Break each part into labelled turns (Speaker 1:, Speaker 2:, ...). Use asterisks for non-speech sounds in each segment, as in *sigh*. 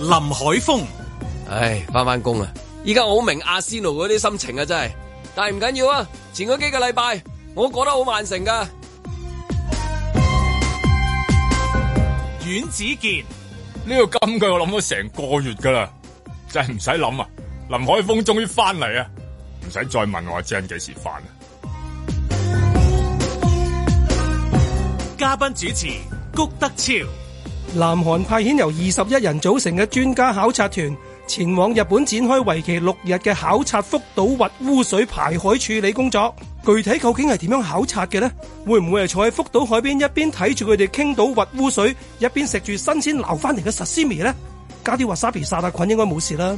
Speaker 1: 林海峰，
Speaker 2: 唉，翻翻工啊！依家我好明阿仙奴嗰啲心情啊，真係。但係唔緊要啊，前嗰幾個禮拜我覺得好曼城噶。
Speaker 1: 阮子健，
Speaker 3: 呢個金句我諗咗成個月噶啦，真係唔使諗啊！林海峰終於翻嚟啊，唔使再問我知人幾時翻啊！
Speaker 1: 嘉賓主持谷德超，
Speaker 4: 南韓派遣由二十一人組成嘅專家考察團前往日本展開為期六日嘅考察福島核污水排海處理工作。具體究竟係點樣考察嘅呢？會唔會係坐喺福島海邊一邊睇住佢哋傾倒核污水，一邊食住新鮮撈翻嚟嘅壽司味呢？加啲 wasabi 殺下菌應該冇事啦。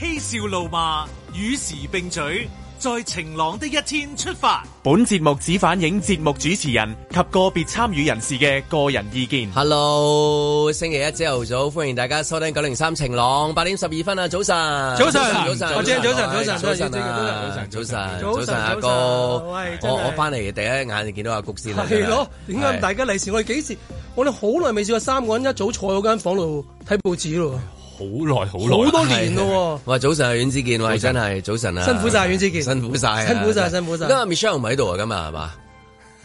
Speaker 1: 嬉笑怒罵，與時並舉，在晴朗的一天出發。
Speaker 5: 本節目只反映節目主持人及個別參與人士嘅個人意
Speaker 1: *laughs*
Speaker 5: 見。
Speaker 2: Hello，星期一朝頭早，歡迎大家收聽九零三晴朗八點十二分啊！早晨，
Speaker 4: 早晨
Speaker 2: 早晨，
Speaker 4: 我知早晨
Speaker 2: 早晨，
Speaker 4: 早晨
Speaker 2: 早晨啊，
Speaker 4: 早晨
Speaker 2: 早
Speaker 4: 早晨
Speaker 2: 晨，
Speaker 4: 早晨
Speaker 2: 早晨，阿
Speaker 4: 早晨
Speaker 2: 哥，
Speaker 4: 喂
Speaker 2: 我
Speaker 4: 真係
Speaker 2: 我翻嚟第一眼就見到阿谷先啦，
Speaker 4: 係咯，點解咁
Speaker 2: 係
Speaker 4: 大家利是？我哋幾時？我哋好耐未試過三個人一早坐喺間房度睇報紙咯，
Speaker 3: 好耐好耐，
Speaker 4: 好多年咯。
Speaker 2: 喂，早晨啊，阮之健，喂，真係早晨啊！
Speaker 4: 辛苦晒阮之健
Speaker 2: 辛苦晒啊，
Speaker 4: 辛苦晒辛苦晒
Speaker 2: 今日 Michelle 唔喺度啊，今日係嘛？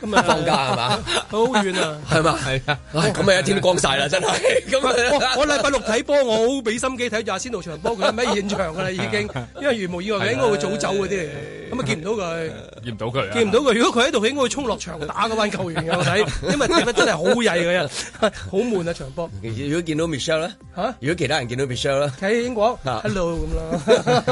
Speaker 4: 今日放
Speaker 2: 放假係嘛？
Speaker 4: *laughs* 好啊遠啊！
Speaker 2: 係嘛？係啊！咁啊，一天都光晒啦，真
Speaker 4: *laughs*
Speaker 2: 係咁
Speaker 4: 我
Speaker 2: 啊！
Speaker 4: 我禮拜六睇波，我好俾心機睇住阿仙奴場波，佢係咪現場㗎啦
Speaker 3: *laughs*
Speaker 4: 已經？因為如無意外，佢應該會早走嗰啲嚟嘅，咁啊見唔到佢，
Speaker 3: *laughs* 見唔到啊佢啊，
Speaker 4: 見唔到佢。如果佢喺度，佢應該會衝落場打嗰班球員嘅，
Speaker 3: *laughs*
Speaker 4: 我睇，因為 *laughs* 踢得真係好曳嘅人，好悶啊場波
Speaker 2: 如果見到 Michelle 咧，
Speaker 4: 嚇。
Speaker 2: 如果其他人見到 Michelle 咧，
Speaker 4: 喺英國
Speaker 2: 啊
Speaker 4: ，hello 咁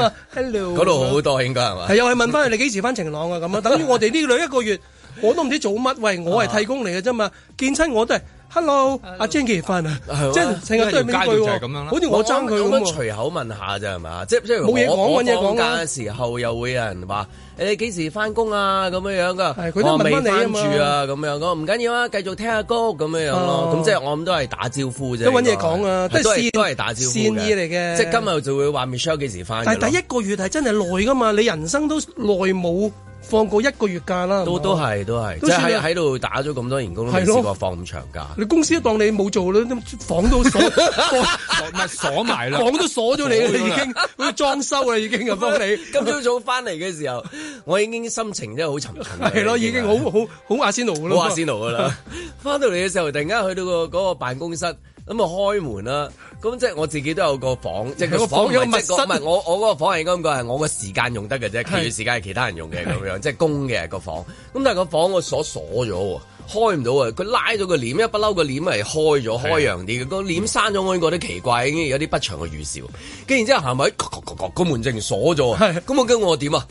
Speaker 3: *laughs*
Speaker 4: 啦，hello
Speaker 2: 嗰度好多應該係嘛？
Speaker 4: 係又係問翻佢哋幾時翻晴朗啊
Speaker 3: *laughs*
Speaker 4: 咁啊，等於我哋呢兩一個月我都唔知做乜，喂，我
Speaker 3: 啊
Speaker 4: 係替工嚟嘅啫嘛，見親我都係 hello，阿 j a n k 翻啊，
Speaker 2: 係
Speaker 4: 即係成日都係呢
Speaker 3: 因為條
Speaker 4: 句
Speaker 3: 街道就係
Speaker 4: 喎
Speaker 3: 咁樣啦
Speaker 4: 好似我爭佢
Speaker 2: 咁
Speaker 4: 咁
Speaker 2: 樣
Speaker 4: 喎。
Speaker 2: 隨口問下啫係嘛？即係即係
Speaker 4: 冇嘢講
Speaker 2: 我
Speaker 4: 揾嘢
Speaker 2: 我放
Speaker 4: 講啊
Speaker 2: 假
Speaker 4: 啦
Speaker 2: 嘅時候又會有人話：誒你幾時翻工啊？咁樣樣噶，
Speaker 4: 係佢都
Speaker 2: 我未
Speaker 4: 問返你啊嘛
Speaker 2: 返住啊，咁樣講唔緊要啊，繼續聽下歌咁樣樣咯。
Speaker 4: 哦
Speaker 2: 咁即係我諗都係打招呼啫，
Speaker 4: 都揾嘢講啊
Speaker 2: 應該係都
Speaker 4: 都係
Speaker 2: 係
Speaker 4: 善
Speaker 2: 都係打招呼
Speaker 4: 善意嚟嘅
Speaker 2: 即係今日就會話 Michelle 幾時翻？
Speaker 4: 但係第一個月係真係耐噶嘛，你人生都耐冇放過一個月假啦。
Speaker 2: 都
Speaker 4: 係嘛
Speaker 2: 都係都係，即
Speaker 4: 都
Speaker 2: 係
Speaker 4: 算
Speaker 2: 喺
Speaker 4: 啦
Speaker 2: 喺度打咗咁多年工都未
Speaker 4: 係咯
Speaker 2: 試過放咁長假。
Speaker 4: 你公司都當你冇做啦，都房
Speaker 2: *laughs*
Speaker 4: 都鎖，
Speaker 3: 鎖唔係鎖埋啦，
Speaker 4: 房都鎖咗你啦，已經好似裝修啦，已經咁幫你。
Speaker 2: 今朝早翻嚟嘅時候，我已經心情真係好沉重啦。
Speaker 4: 係咯，已經好
Speaker 2: 係
Speaker 4: 好好阿仙奴
Speaker 2: 好
Speaker 4: 啦。
Speaker 2: 阿仙奴噶啦。啊 *laughs* 翻到嚟嘅時候，突然間去到個嗰個辦公室，咁啊開門啦。咁即係我自己都有個房，即係
Speaker 4: 有個房
Speaker 2: 唔係
Speaker 4: 有個密
Speaker 2: 即係
Speaker 4: 室
Speaker 2: 唔係我我嗰個房係應該咁講，係我個時間用得嘅啫，其餘時間係其他人用嘅咁樣，即係公嘅個房。咁但係個房我鎖鎖咗喎。開唔到啊！佢拉咗個簾，因為不嬲個簾係開咗開揚啲嘅，個簾閂咗我已經覺得奇怪，已經有啲不祥嘅預兆。跟住然之後行埋，咔咔咔咔個門淨鎖咗啊，咁我跟住我點啊？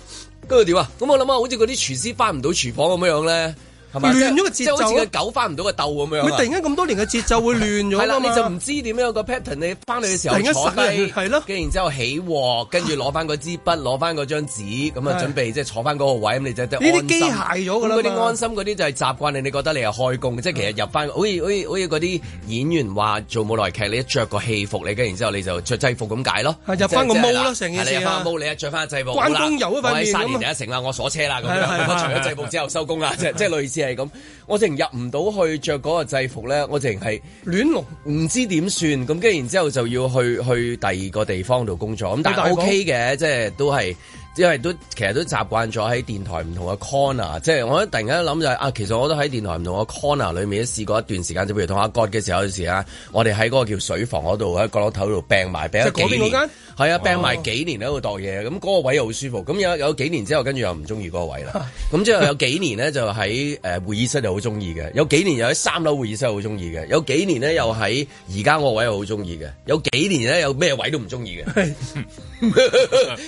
Speaker 2: 跟住點啊？咁我諗下，好似嗰啲廚師翻唔到廚房咁樣咧，係咪？
Speaker 4: 亂咗個節奏啊
Speaker 2: 即係好似個狗翻唔到個竇咁樣啊。
Speaker 4: 佢突然間咁多年嘅節奏會亂咗
Speaker 2: 係啦，
Speaker 4: 㗎
Speaker 2: 你
Speaker 4: 啊嘛。
Speaker 2: 就唔知點樣個 pattern。你翻嚟嘅時候
Speaker 4: 突然間
Speaker 2: 坐
Speaker 4: 殺
Speaker 2: 低，
Speaker 4: 人係咯
Speaker 2: 跟住然之後起鑊，跟住攞翻嗰支筆，攞翻嗰張紙，咁啊
Speaker 4: 係
Speaker 2: 準備即係坐翻嗰個位，咁你就得
Speaker 4: 呢
Speaker 2: 安
Speaker 4: 啲
Speaker 2: 心
Speaker 4: 機械咗㗎啦
Speaker 2: 咁嗰
Speaker 4: 嘛嗯
Speaker 2: 啲安心嗰啲就係習慣你，你覺得你係開工，即係其實入翻，好似好似好似嗰啲演員話做舞台劇，你一着個戲服，你跟住然之後你就着制服咁解咯。
Speaker 4: 係啊入返個
Speaker 2: 即係
Speaker 4: mall
Speaker 2: 即係
Speaker 4: 啦
Speaker 2: 嗱
Speaker 4: 成件事
Speaker 2: 係
Speaker 4: 啊
Speaker 2: 你入翻個 mall，你一着翻制服，
Speaker 4: 關
Speaker 2: 好
Speaker 4: 公
Speaker 2: 啦
Speaker 4: 有嗰塊
Speaker 2: 我喺
Speaker 4: 面
Speaker 2: 三年
Speaker 4: 咁啊
Speaker 2: 第一城啦，我鎖車啦咁
Speaker 4: 係
Speaker 2: 樣，
Speaker 4: 係係啊
Speaker 2: 我除咗制服之後收工啦，即係即係類似係咁。我直情入唔到去着嗰個制服咧，我直情係。
Speaker 4: 亂龍。
Speaker 2: 唔知點算，咁跟住然之後就要去去第二個地方度工作，咁但
Speaker 4: 大
Speaker 2: 係
Speaker 4: 埔
Speaker 2: OK 嘅，即係都係，因為都其實都習慣咗喺電台唔同嘅 corner，即係我突然間諗就係、啊，其實我都喺電台唔同嘅 corner 裏面都試過一段時間，就譬如同阿葛嘅時候有時啊，我哋喺嗰個叫水房嗰度喺角落頭度病埋病咗
Speaker 4: 即係嗰邊
Speaker 2: 幾年
Speaker 4: 嗰間，哦
Speaker 2: 係啊病埋幾年喺度度嘢，咁嗰個位又好舒服，咁有有幾年之後跟住又唔中意嗰個位
Speaker 4: *laughs*
Speaker 2: 啦，咁之後有幾年呢，就喺誒會議室就好中意嘅，有幾年又喺三樓會議室好中意嘅，有幾年呢，又喺而家我位又好中意嘅，有幾年呢，有咩位都唔中意嘅， *laughs*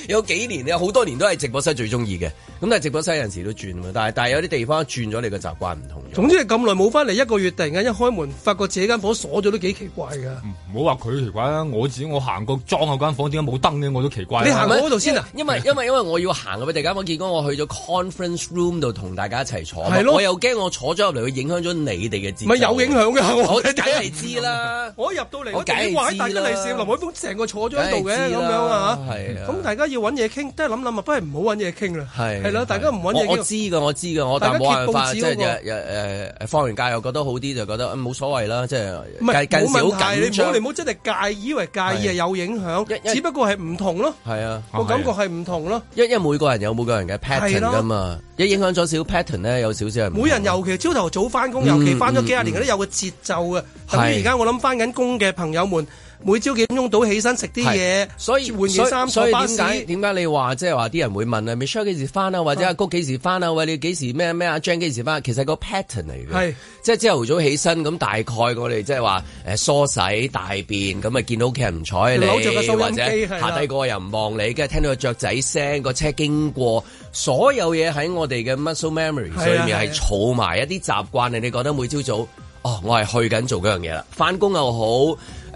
Speaker 2: 有幾年有好多年都係直播室最中意嘅，咁但係直播室有陣時都轉啊嘛，但係但係有啲地方轉咗你個習慣唔同咗。
Speaker 4: 總之你咁耐冇翻嚟一個月，突然間一開門，發覺自己間房鎖咗都幾奇怪㗎。
Speaker 3: 唔好話佢奇怪啦，我自己我行過裝下間房，點解冇燈嘅我都奇怪啦。
Speaker 4: 你行過嗰度先啊？
Speaker 2: 因為因為因為我要行入去，突然間我見到我去咗 conference room 度同大家一齊坐嘛，
Speaker 4: 係咯
Speaker 2: 我又驚我坐咗入嚟會影響咗你哋嘅節奏。
Speaker 4: 咪有影響㗎， *laughs*
Speaker 2: 我
Speaker 4: 我
Speaker 2: 梗係知啦，
Speaker 4: 我一入到嚟，
Speaker 2: 我
Speaker 4: 我哋
Speaker 2: 梗係
Speaker 4: 話
Speaker 2: 知
Speaker 4: 大家利是，
Speaker 2: 啦
Speaker 4: 林海峰成個坐咗
Speaker 2: 梗
Speaker 4: *laughs*
Speaker 2: 係
Speaker 4: 喺度嘅
Speaker 2: 知
Speaker 4: 咁
Speaker 2: 啦
Speaker 4: 樣啊，
Speaker 2: 係啊
Speaker 4: 咁大家要揾嘢傾，都係諗諗諗啊，不如唔好揾嘢傾啦。
Speaker 2: 係
Speaker 4: 係啦，大家唔揾
Speaker 2: 我
Speaker 4: 嘢
Speaker 2: 我
Speaker 4: 傾。
Speaker 2: 知㗎，我知㗎，我但
Speaker 4: 大家
Speaker 2: 冇辦法，
Speaker 4: 揭
Speaker 2: 即
Speaker 4: 報紙
Speaker 2: 係
Speaker 4: 嗰個
Speaker 2: 日日誒方完假又覺得好啲，就覺得嗯冇所謂啦，即
Speaker 4: 唔係
Speaker 2: 係近近
Speaker 4: 冇
Speaker 2: 時好
Speaker 4: 問題，
Speaker 2: 緊
Speaker 4: 你唔好你唔
Speaker 2: 張，
Speaker 4: 好真係介意，以為介意係有影
Speaker 2: 一一
Speaker 4: 響，只不過係唔同咯，
Speaker 2: 係啊。
Speaker 4: 個感覺係唔同咯。
Speaker 2: 因因為每個人有每個人嘅 pattern
Speaker 4: 係咯
Speaker 2: 㗎嘛，一影響咗少 pattern 咧，有少少係唔同
Speaker 4: 每人尤其朝頭早翻工，
Speaker 2: 嗯
Speaker 4: 尤其翻咗幾廿年嗰啲有個節奏嘅。等於而家我諗翻緊工嘅朋友們，每朝幾點鐘到起身食啲嘢，
Speaker 2: 所以
Speaker 4: 換件
Speaker 2: 所以
Speaker 4: 衫
Speaker 2: 所
Speaker 4: 坐
Speaker 2: 以
Speaker 4: 巴
Speaker 2: 點
Speaker 4: 士。
Speaker 2: 解點解你話即係話啲人會問啊？Michelle 幾時翻啊？或者阿谷幾時翻啊？喂，你幾時咩咩啊？Jane 幾時翻啊？其實個 pattern 嚟嘅
Speaker 4: 係，
Speaker 2: 即係朝頭早起身咁，大概我哋即係話誒梳洗大便，咁啊見到屋企人唔睬你，
Speaker 4: 扭著個收音機
Speaker 2: 或者
Speaker 4: 係啦
Speaker 2: 下低個又唔望你，跟住聽到個雀仔聲，個車經過，所有嘢喺我哋嘅 muscle memory
Speaker 4: 係啊
Speaker 2: 裏面
Speaker 4: 係
Speaker 2: 係
Speaker 4: 啊
Speaker 2: 儲埋一啲習慣，你覺得每朝早哦，我係去緊做嗰樣嘢啦，翻工又好，誒誒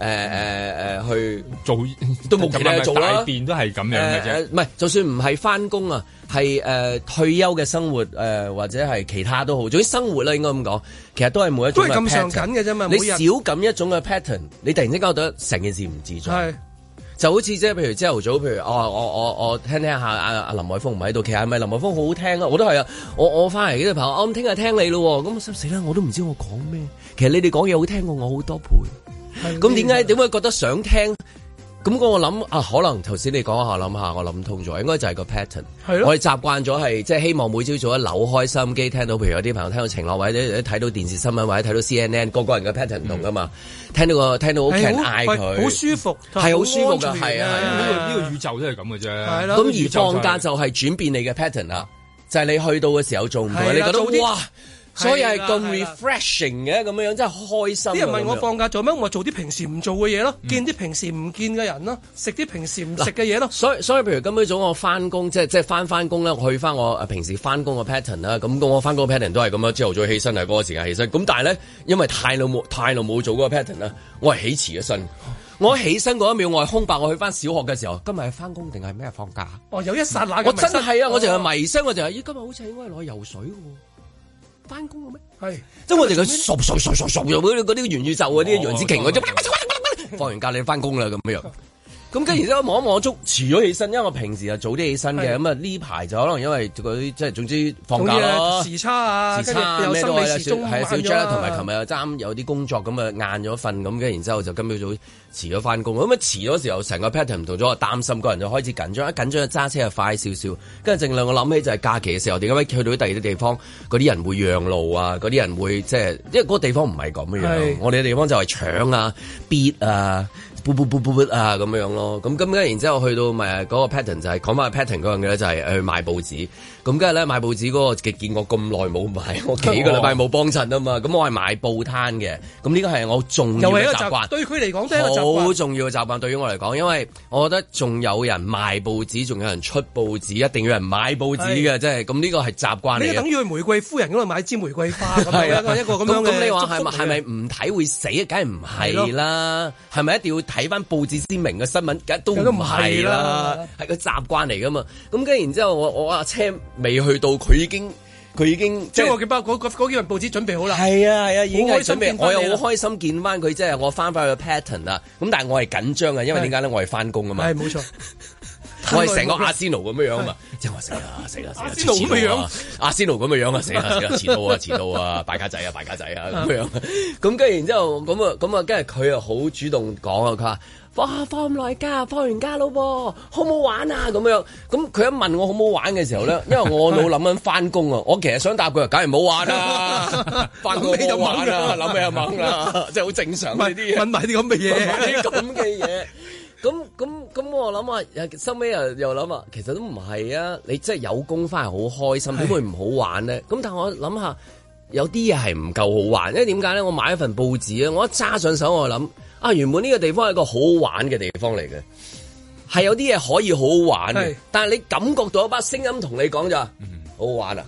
Speaker 2: 誒去。
Speaker 3: 做 *laughs*
Speaker 2: 都冇其他嘢做啦
Speaker 3: 大便都係咁樣嘅
Speaker 2: 誒
Speaker 3: 啫。
Speaker 2: 呃誒唔係，就算唔係翻工啊，係誒、呃退休嘅生活誒、呃或者係其他都好，總之生活啦，應該咁講，其實都係每一
Speaker 4: 都
Speaker 2: 種
Speaker 4: 係
Speaker 2: 嘅
Speaker 4: 咁上
Speaker 2: pattern
Speaker 4: 緊嘅啫嘛，每
Speaker 2: 你
Speaker 4: 日
Speaker 2: 少咁一種嘅 pattern，你突然之間覺得成件事唔自在，
Speaker 4: 係
Speaker 2: 就好似即係譬如朝頭早，譬如哦我我我聽聽下阿阿林海峰唔喺度，其實係咪林海峰好好聽啊？我都係啊，我我翻嚟呢啲朋友，哦我咁聽日聽你咯喎，咁我心死啦，我都唔知我講咩，其實你哋講嘢好聽過我好多倍。
Speaker 4: 係
Speaker 2: 咁點解點解覺得想聽？咁我諗啊，可能頭先你講下諗下，我諗通咗，應該就係個 pattern。
Speaker 4: 係咯
Speaker 2: 我哋習慣咗係即係希望每朝早一扭開收音機，聽到譬如有啲朋友聽到晴朗，或者睇到電視新聞，或者睇到 CNN，個個人嘅 pattern 唔同噶嘛。聽到個聽到屋企人
Speaker 4: 嗯係
Speaker 2: 嗌
Speaker 4: 好
Speaker 2: 佢，
Speaker 4: 好舒服，
Speaker 2: 係好舒服㗎
Speaker 4: 安全
Speaker 2: 係啊係啊
Speaker 3: 呢個呢個宇宙都係咁嘅啫。
Speaker 4: 係啦
Speaker 2: 咁而
Speaker 4: 啊
Speaker 2: 放假就係轉變你嘅 pattern 啦，就係你去到嘅時候做唔到，
Speaker 4: 係啦
Speaker 2: 你覺得
Speaker 4: 做啲
Speaker 2: 哇，所以係咁
Speaker 4: 係啦
Speaker 2: refreshing 嘅咁樣，真係開心啊。
Speaker 4: 啲人問我
Speaker 2: 咁樣嗯
Speaker 4: 放假做咩，我做啲平時唔做嘅嘢咯，見啲平時唔見嘅人咯，食啲平時唔食嘅嘢咯。
Speaker 2: 所以所以，譬如今朝早我翻工，即係即係翻翻工啦，我去翻我呃平時翻工嘅 pattern 啦。咁我翻工嘅 pattern 都係咁樣，朝頭早起身係嗰個時間起身。咁但係咧，因為太耐冇太耐冇做嗰個 pattern 啦，我係起遲一身。我起身嗰一秒，我係空白。我去翻小學嘅時候，今日係翻工定係咩放假？
Speaker 4: 哦，有一剎那嘅
Speaker 2: 我真
Speaker 4: 迷失哦
Speaker 2: 係啊！我就係迷失，我就係咦，今日好似應該攞去游水嘅喎，翻工嘅咩？
Speaker 4: 係
Speaker 2: 即係我哋嘅熟熟熟熟熟熟嗰啲嗰啲元宇宙嗰
Speaker 4: 哦
Speaker 2: 啲楊紫瓊嗰啲，放完假你翻工啦咁樣。咁跟住之後望一望足，遲咗起身，因為我平時就早啲起身嘅，
Speaker 4: 係
Speaker 2: 咁啊呢排就可能因為嗰啲即係總之放
Speaker 4: 總之
Speaker 2: 假
Speaker 4: 啊
Speaker 2: 啦。
Speaker 4: 時差啊，
Speaker 2: 時
Speaker 4: 跟
Speaker 2: 差
Speaker 4: 住
Speaker 2: 啊
Speaker 4: 有
Speaker 2: 咩都
Speaker 4: 生
Speaker 2: 係啦，
Speaker 4: 理時
Speaker 2: 小
Speaker 4: 鐘
Speaker 2: 係啊小
Speaker 4: 慢
Speaker 2: Jack
Speaker 4: 咗
Speaker 2: 同埋
Speaker 4: 啦
Speaker 2: 琴日又爭有啲工作咁啊，晏咗瞓咁，跟住然之後就今朝早遲咗翻工，咁啊遲咗時候成個 pattern 唔同咗，我擔心個人就開始緊張，一緊張就揸車又快少少，跟住正量我諗起就係假期嘅時候，點解去到啲第二啲地方嗰啲人會讓路啊，嗰啲人會即係，因為嗰個地方唔係咁樣
Speaker 4: 係，
Speaker 2: 我哋嘅地方就係搶啊、必啊。噗噗噗噗噗啊咁樣咯，咁咁跟住然之後去到咪嗰個 pattern 就係講翻 pattern 嗰樣嘢咧，就係去賣報紙。咁跟住咧賣報紙嗰個嘅見我咁耐冇買，我幾個禮拜冇幫襯啊嘛。咁我係買報攤嘅，咁呢個係我重要
Speaker 4: 又係
Speaker 2: 嘅
Speaker 4: 一個
Speaker 2: 習
Speaker 4: 習，
Speaker 2: 慣。
Speaker 4: 對佢嚟講都係一
Speaker 2: 好
Speaker 4: 個
Speaker 2: 啊
Speaker 4: 習慣。
Speaker 2: 重要嘅習慣對於我嚟講，因為我覺得仲有人賣報紙，仲有人出報紙，一定要有人買報紙嘅，即係咁呢個係習慣
Speaker 4: 呢
Speaker 2: 嚟
Speaker 4: 個等
Speaker 2: 嘅。
Speaker 4: 於去玫瑰夫人嗰啊度買支玫瑰花咁
Speaker 2: 係
Speaker 4: 樣
Speaker 2: 啊
Speaker 4: 一個一個咁樣
Speaker 2: 咁
Speaker 4: 嘅。
Speaker 2: 咁你話係咪係咪？唔睇會死？梗係唔係啦，係咪一定要睇翻報紙先明嘅新聞？梗係都
Speaker 4: 梗都
Speaker 2: 唔
Speaker 4: 唔
Speaker 2: 係
Speaker 4: 係
Speaker 2: 啦
Speaker 4: 啦，
Speaker 2: 係個習慣嚟噶嘛。咁跟住然之後，我我阿車未去到，佢已經佢已經
Speaker 4: 即係我嘅包嗰嗰嗰幾份報紙準備好啦。
Speaker 2: 係啊係啊，已經係準
Speaker 4: 好開心
Speaker 2: 備，
Speaker 4: 見返
Speaker 2: 我
Speaker 4: 你啦
Speaker 2: 又好開心見翻佢，即係我翻返去 pattern 啦。咁但係我係緊張啊，因為點解咧？我係翻工啊嘛，
Speaker 4: 係
Speaker 2: *laughs*
Speaker 4: 冇錯，
Speaker 2: 我係成個阿仙奴咁樣樣啊嘛， *laughs* 即係我死啦死啦死啦，
Speaker 4: 阿仙奴咁嘅樣
Speaker 2: 遲到啊，阿仙奴咁嘅樣啊，死啦 *laughs* 死啦，遲到啊遲到啊，敗家仔啊敗家仔啊 *laughs* 咁樣。咁跟住然之後咁啊咁啊，跟住佢又好主動講啊，佢話。哇！放咁耐假，放完假咯噃，好唔好玩啊？咁樣咁佢一問我好唔好玩嘅時候 *laughs* 咧，因為我腦諗緊翻工啊，我其實想答佢，梗係唔好玩 *laughs* 啦，翻工就玩啦，諗起就猛啦，即係好正常呢啊啲嘢
Speaker 4: 問。埋啲咁嘅嘢。
Speaker 2: 啲咁嘅嘢。咁咁咁，我諗啊，又收尾又又諗啊，其實都唔係啊，你真係有工翻係好開心，點會唔好玩咧？咁但係我諗下，有啲嘢係唔夠好玩，因為點解咧？我買一份報紙啊，我一揸上手我就諗啊，原本呢個地方係一個好好玩嘅地方嚟嘅，係有啲嘢可以好好玩嘅
Speaker 4: 係，嗯
Speaker 2: 但係你感覺到一把聲音同你講就話好好玩啊，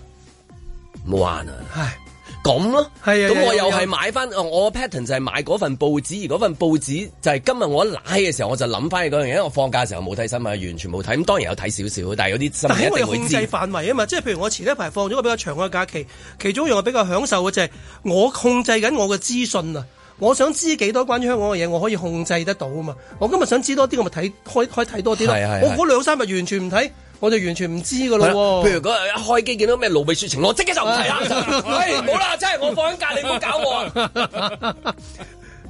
Speaker 2: 唔好玩啊！
Speaker 4: 唉，
Speaker 2: 咁咯，
Speaker 4: 係啊
Speaker 2: 咁我
Speaker 4: 有
Speaker 2: 又
Speaker 4: 有
Speaker 2: 係
Speaker 4: 有
Speaker 2: 買翻，哦我 pattern 就係買嗰份報紙，而嗰份報紙就係今日我一攋嘅時候，我就諗翻起嗰樣嘢，因為我放假嘅時候冇睇新聞，完全冇睇，咁當然有睇少少，但係有啲新
Speaker 4: 但
Speaker 2: 聞
Speaker 4: 係
Speaker 2: 一
Speaker 4: 我有
Speaker 2: 定會
Speaker 4: 控制
Speaker 2: 知，
Speaker 4: 範圍啊嘛，即係譬如我前一排放咗個比較長嘅假期，其中一樣我比較享受嘅就係我控制緊我嘅資訊啊。我想知幾多關於香港嘅嘢，我可以控制得到啊嘛。我今日想知多啲，我咪睇開開睇多啲咯
Speaker 2: 係係。
Speaker 4: 我嗰兩三日完全唔睇，我就完全唔知噶
Speaker 2: 係啦
Speaker 4: 咯
Speaker 2: 譬
Speaker 4: 喎。
Speaker 2: 如嗰日一開機見到咩盧比雪晴朗，即刻就唔睇啦。喂，冇啦，真係我放緊假，你唔好搞我。啊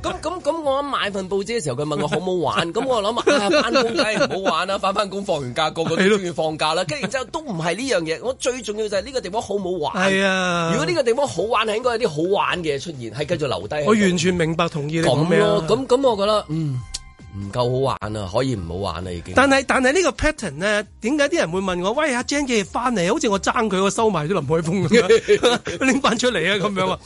Speaker 2: 咁咁咁，我一買份報紙嘅時候，佢問我好唔好玩，咁我諗啊，翻工梗係唔好玩啦，翻翻工放完假，個個都中意放假啦。跟住然之後都唔係呢樣嘢，我最重要就係呢個地方好唔好玩。
Speaker 4: 係啊
Speaker 2: 如果呢個地方好玩，係應該有啲好玩嘅嘢出現，係繼續留低喺度。
Speaker 4: 我完全明白同意你講
Speaker 2: 咁
Speaker 4: 咩
Speaker 2: 咯
Speaker 4: 啊，
Speaker 2: 咁咁，我覺得嗯唔夠好玩啊，可以唔好玩啦已經。
Speaker 4: 但係但係呢個 pattern 咧，點解啲人會問我？喂，阿 Jan 幾日翻嚟？好似我爭佢，我收埋咗林海峰咁樣，拎翻出嚟啊咁樣啊！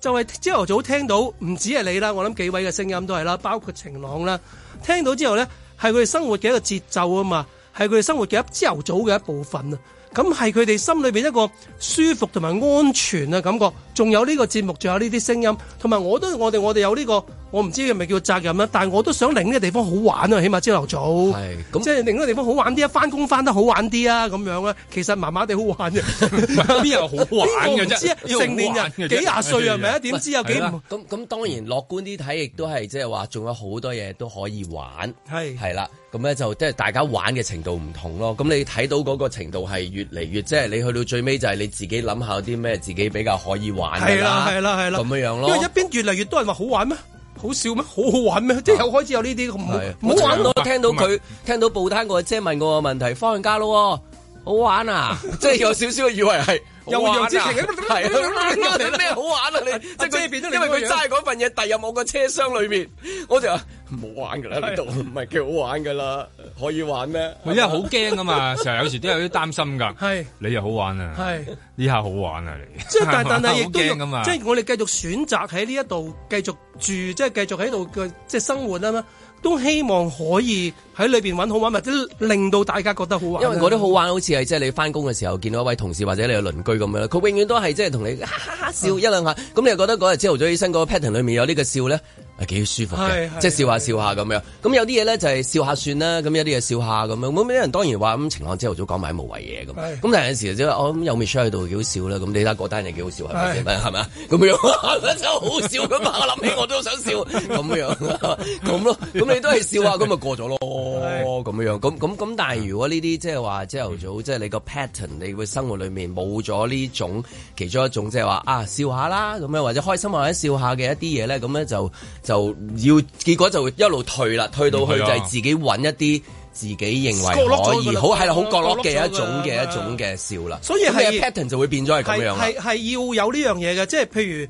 Speaker 4: 就係朝頭早聽到，唔止係你啦，我諗幾位嘅聲音都係啦，包括晴朗啦，聽到之後咧，係佢哋生活嘅一個節奏啊嘛，係佢哋生活嘅一朝頭早嘅一部分啊。咁係佢哋心裏邊一個舒服同埋安全嘅感覺，仲有呢個節目，仲有呢啲聲音，同埋我都我哋我哋有呢、個，我唔知係咪叫責任啦，但係我都想令呢個地方好玩啊，起碼朝頭早。
Speaker 2: 係咁
Speaker 4: 即係另一個地方好玩啲啊，翻工翻得好玩啲啊，咁樣啊，其實麻麻地好玩啫，邊
Speaker 3: 邊有好玩嘅啫
Speaker 4: 個唔知啊，
Speaker 3: 邊有好玩嘅啫
Speaker 4: 成年人幾廿歲係咪啊？點知有幾
Speaker 2: 係啦
Speaker 4: 唔
Speaker 2: 咁咁當然樂觀啲睇，亦都係即係話仲有好多嘢都可以玩，
Speaker 4: 係
Speaker 2: 係啦。咁咧就即係大家玩嘅程度唔同咯。咁你睇到嗰個程度係越嚟越，即係你去到最尾就係你自己諗下啲咩自己比較可以玩㗎
Speaker 4: 係啦係啦係啦
Speaker 2: 咁樣樣
Speaker 4: 因為一
Speaker 2: 咯。
Speaker 4: 邊越嚟越多人話好玩咩？好笑咩？好好玩咩？即係又開始有呢啲咁
Speaker 2: 係啊
Speaker 4: 唔好
Speaker 2: 我
Speaker 4: 玩
Speaker 2: 玩
Speaker 4: 咯。
Speaker 2: 我聽到佢聽到報單個姐問我個問題，方向家咯喎。哦好玩 *laughs* 啊！即係有少少以為係
Speaker 4: 又
Speaker 2: 好玩啊
Speaker 4: 楊紫瓊
Speaker 2: *laughs* 係啊 *laughs* 你咩好玩啊？你 *laughs* 即係
Speaker 4: 阿姐
Speaker 2: 佢
Speaker 4: 變咗你
Speaker 2: 因為
Speaker 4: 個
Speaker 2: 佢
Speaker 4: 樣
Speaker 2: 揸嗰份嘢遞入我個車廂裏面，我就話冇玩㗎啦，呢度唔係幾好玩㗎啦，可以玩咩？
Speaker 3: 因為好驚噶
Speaker 4: *laughs*
Speaker 3: 嘛，成日有時都有啲擔心噶。
Speaker 4: 係
Speaker 3: 你又好玩啊，
Speaker 4: 係
Speaker 3: 呢下好玩啊你。
Speaker 4: 即係
Speaker 6: *laughs*
Speaker 4: 但但係亦
Speaker 3: *laughs* 好
Speaker 4: 都要
Speaker 6: 啊
Speaker 3: 驚噶啊嘛，
Speaker 4: 即係我哋繼續選擇喺呢一度繼續住，即係繼續喺度嘅即係生活啊嘛，都希望可以喺裏邊揾好玩，或者令到大家覺得好玩啊。
Speaker 2: 因為嗰啲好玩好似係即係你翻工嘅時候見到一位同事或者你嘅鄰居咁樣啦，佢永遠都係即係同你哈哈哈笑一兩下，
Speaker 4: 嗯
Speaker 2: 咁你又覺得嗰日朝頭早起身嗰個 pattern 裏面有呢個笑咧，係幾舒服
Speaker 4: 係
Speaker 2: 嘅，
Speaker 4: 係
Speaker 2: 即係笑下笑下咁樣。咁有啲嘢咧就係笑下算啦，咁有啲嘢笑下咁樣。咁有啲人當然話咁晴朗朝頭早講埋啲無謂嘢咁，
Speaker 4: 係
Speaker 2: 咁但係有時即係我咁有 Michelle 喺度幾好笑啦，咁你睇下嗰單嘢幾好笑係咪先？
Speaker 4: 係
Speaker 2: 係咪啊？咁樣 *laughs* 真係好笑咁嘛！我諗起我都想笑咁樣咁咯，咁你都係笑下啊咁咪過咗
Speaker 4: *laughs*
Speaker 2: 咯。哦，咁樣樣，咁咁咁，但係如果呢啲即係話朝頭早，即係你個 pattern，你會生活裏面冇咗呢種其中一種，即係話啊笑下啦，咁樣或者開心或者笑下嘅一啲嘢咧，咁咧就就要結果就會一路退啦，退到去
Speaker 3: 係
Speaker 2: 就
Speaker 3: 啊
Speaker 2: 係自己揾一啲自己認為
Speaker 4: 角落咗
Speaker 2: 可以
Speaker 4: 㗎啦
Speaker 2: 好係啦，好角
Speaker 4: 角
Speaker 2: 落
Speaker 4: 落
Speaker 2: 嘅一種
Speaker 4: 咗㗎
Speaker 2: 嘅
Speaker 4: 啦
Speaker 2: 一種嘅笑啦，
Speaker 4: 所以
Speaker 2: 咁你嘅
Speaker 4: 係
Speaker 2: pattern 就會變咗係咁樣啊啦
Speaker 4: 係。係要有呢樣嘢嘅，即係譬如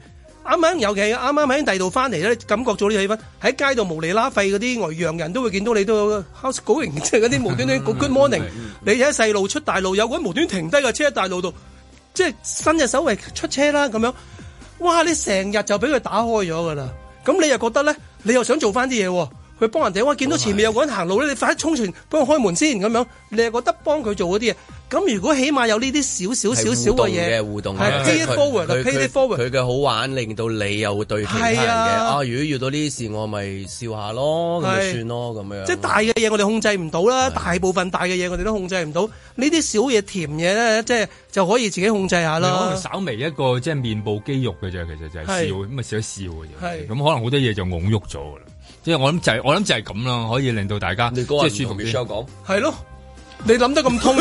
Speaker 4: 啱啱有嘅，啱啱喺第度翻嚟咧，感覺到呢個氣氛喺街度無厘啦廢嗰啲外洋人都會見到你都 house going，即 *laughs* 係嗰啲無端
Speaker 2: 嗯
Speaker 4: 端 good morning，你喺細路出大路，有個人無端端停低架車喺大路度，即係伸隻手嚟出車啦咁樣，哇！你成日就俾佢打開咗噶啦，咁你又覺得咧，你又想做翻啲嘢喎。佢幫人哋，哇！見到前面有個人行路咧，你快啲衝前幫佢開門先咁樣，你又覺得幫佢做嗰啲嘢。咁如果起碼有呢啲少少少少嘅嘢，
Speaker 2: 係互動嘅互動
Speaker 4: 係
Speaker 2: 嘅
Speaker 4: pay
Speaker 2: 即
Speaker 4: it
Speaker 2: 係佢
Speaker 4: forward
Speaker 2: 佢
Speaker 4: pay it
Speaker 2: 佢
Speaker 4: forward
Speaker 2: 佢嘅好玩令到你又會對其他人嘅
Speaker 4: 係啊
Speaker 2: 啊，如果遇到呢啲事，我咪笑下咯，咁咪
Speaker 4: 係
Speaker 2: 算咯，咁樣
Speaker 4: 即係大嘅嘢我哋控制唔到啦，大部分大嘅嘢我哋都控制唔到。呢啲小嘢甜嘢咧，即係就可以自己控制下
Speaker 3: 你可
Speaker 4: 啦
Speaker 3: 能。稍微一個即係面部肌肉嘅啫，其實就係笑，
Speaker 4: 係
Speaker 3: 咁咪少一笑嘅啫。
Speaker 4: 係
Speaker 3: 咁可能好多嘢就㧬喐咗噶啦。即係我諗就係我諗就係咁啦，可以令到大家即
Speaker 2: 你嗰
Speaker 3: 係
Speaker 2: 日唔
Speaker 3: 舒服
Speaker 2: 同
Speaker 3: 啲。
Speaker 2: Michelle 講，
Speaker 4: 係咯，你諗得咁通，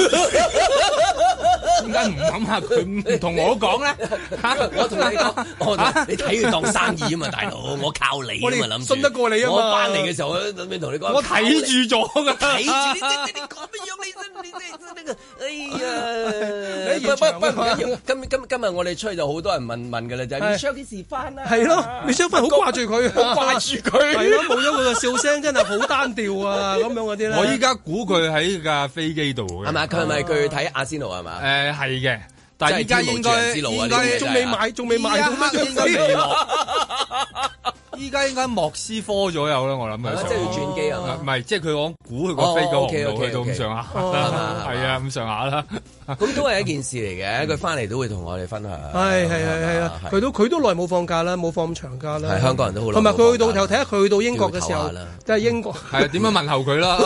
Speaker 3: 點解唔諗下佢唔同我講
Speaker 2: *laughs*
Speaker 3: 咧？嚇
Speaker 2: *laughs* 我同你講，我同你睇佢當生意啊嘛，大佬，我靠你
Speaker 4: 我
Speaker 2: 啊
Speaker 4: 哋
Speaker 2: 嘛，諗住
Speaker 4: 啊信得過你啊嘛
Speaker 2: 我翻嚟嘅時候，我諗住同你講，
Speaker 3: 我睇住咗㗎啦
Speaker 2: 睇
Speaker 3: *laughs*
Speaker 2: 住你，你你咁樣，你真你你你呢個，
Speaker 4: 你喺
Speaker 2: 哎呀，
Speaker 4: 現
Speaker 2: 不
Speaker 4: 場
Speaker 2: 不
Speaker 4: 啊
Speaker 2: 不唔
Speaker 4: 嘛
Speaker 2: 緊要，今今今日我哋出去就好多人問問㗎啦，就係
Speaker 4: 係
Speaker 2: Michelle 幾時翻啊？
Speaker 4: 係咯，你相反好掛住佢，
Speaker 2: 掛住佢
Speaker 4: *laughs* 係咯，冇咗佢嘅笑聲真係好單調啊，咁樣嗰啲咧。
Speaker 3: 我依家估佢喺架飛機度嘅。
Speaker 2: 係咪？佢係咪佢睇阿仙奴係嘛？
Speaker 3: 誒係嘅，但係依家應
Speaker 2: 真係
Speaker 3: 該
Speaker 2: 天無絕人之路啊
Speaker 3: 應
Speaker 2: 呢啲
Speaker 3: 該
Speaker 2: 嘢真
Speaker 4: 仲
Speaker 2: 係
Speaker 4: 未買，仲未買到
Speaker 3: 依家
Speaker 4: 咩
Speaker 3: 應該未依家應該莫斯科左右啦，我諗
Speaker 2: 係咪
Speaker 3: 佢
Speaker 2: 啊即係要
Speaker 3: 上
Speaker 2: 轉機係嘛
Speaker 3: 唔？係，即係佢講估佢個飛
Speaker 2: 哦
Speaker 3: 機
Speaker 2: OK，
Speaker 3: 個航路
Speaker 2: OK，
Speaker 3: 去到咁
Speaker 2: OK
Speaker 3: 上下，
Speaker 4: 哦
Speaker 3: 係啊咁上下啦。
Speaker 2: 咁都係一件事嚟嘅，佢翻嚟都會同我哋分享。
Speaker 4: *laughs* 嗯係係係係啊！佢都佢都耐冇放假啦，冇放咁長假啦。
Speaker 2: 係香港人都好耐
Speaker 4: 同埋佢去
Speaker 2: 冇
Speaker 4: 到
Speaker 2: 放
Speaker 4: 頭
Speaker 2: 假
Speaker 4: 睇下佢去到英國嘅時
Speaker 2: 都要唞
Speaker 4: 候
Speaker 2: 下啦，
Speaker 4: 即係英國
Speaker 3: 係啊點樣問候佢啦？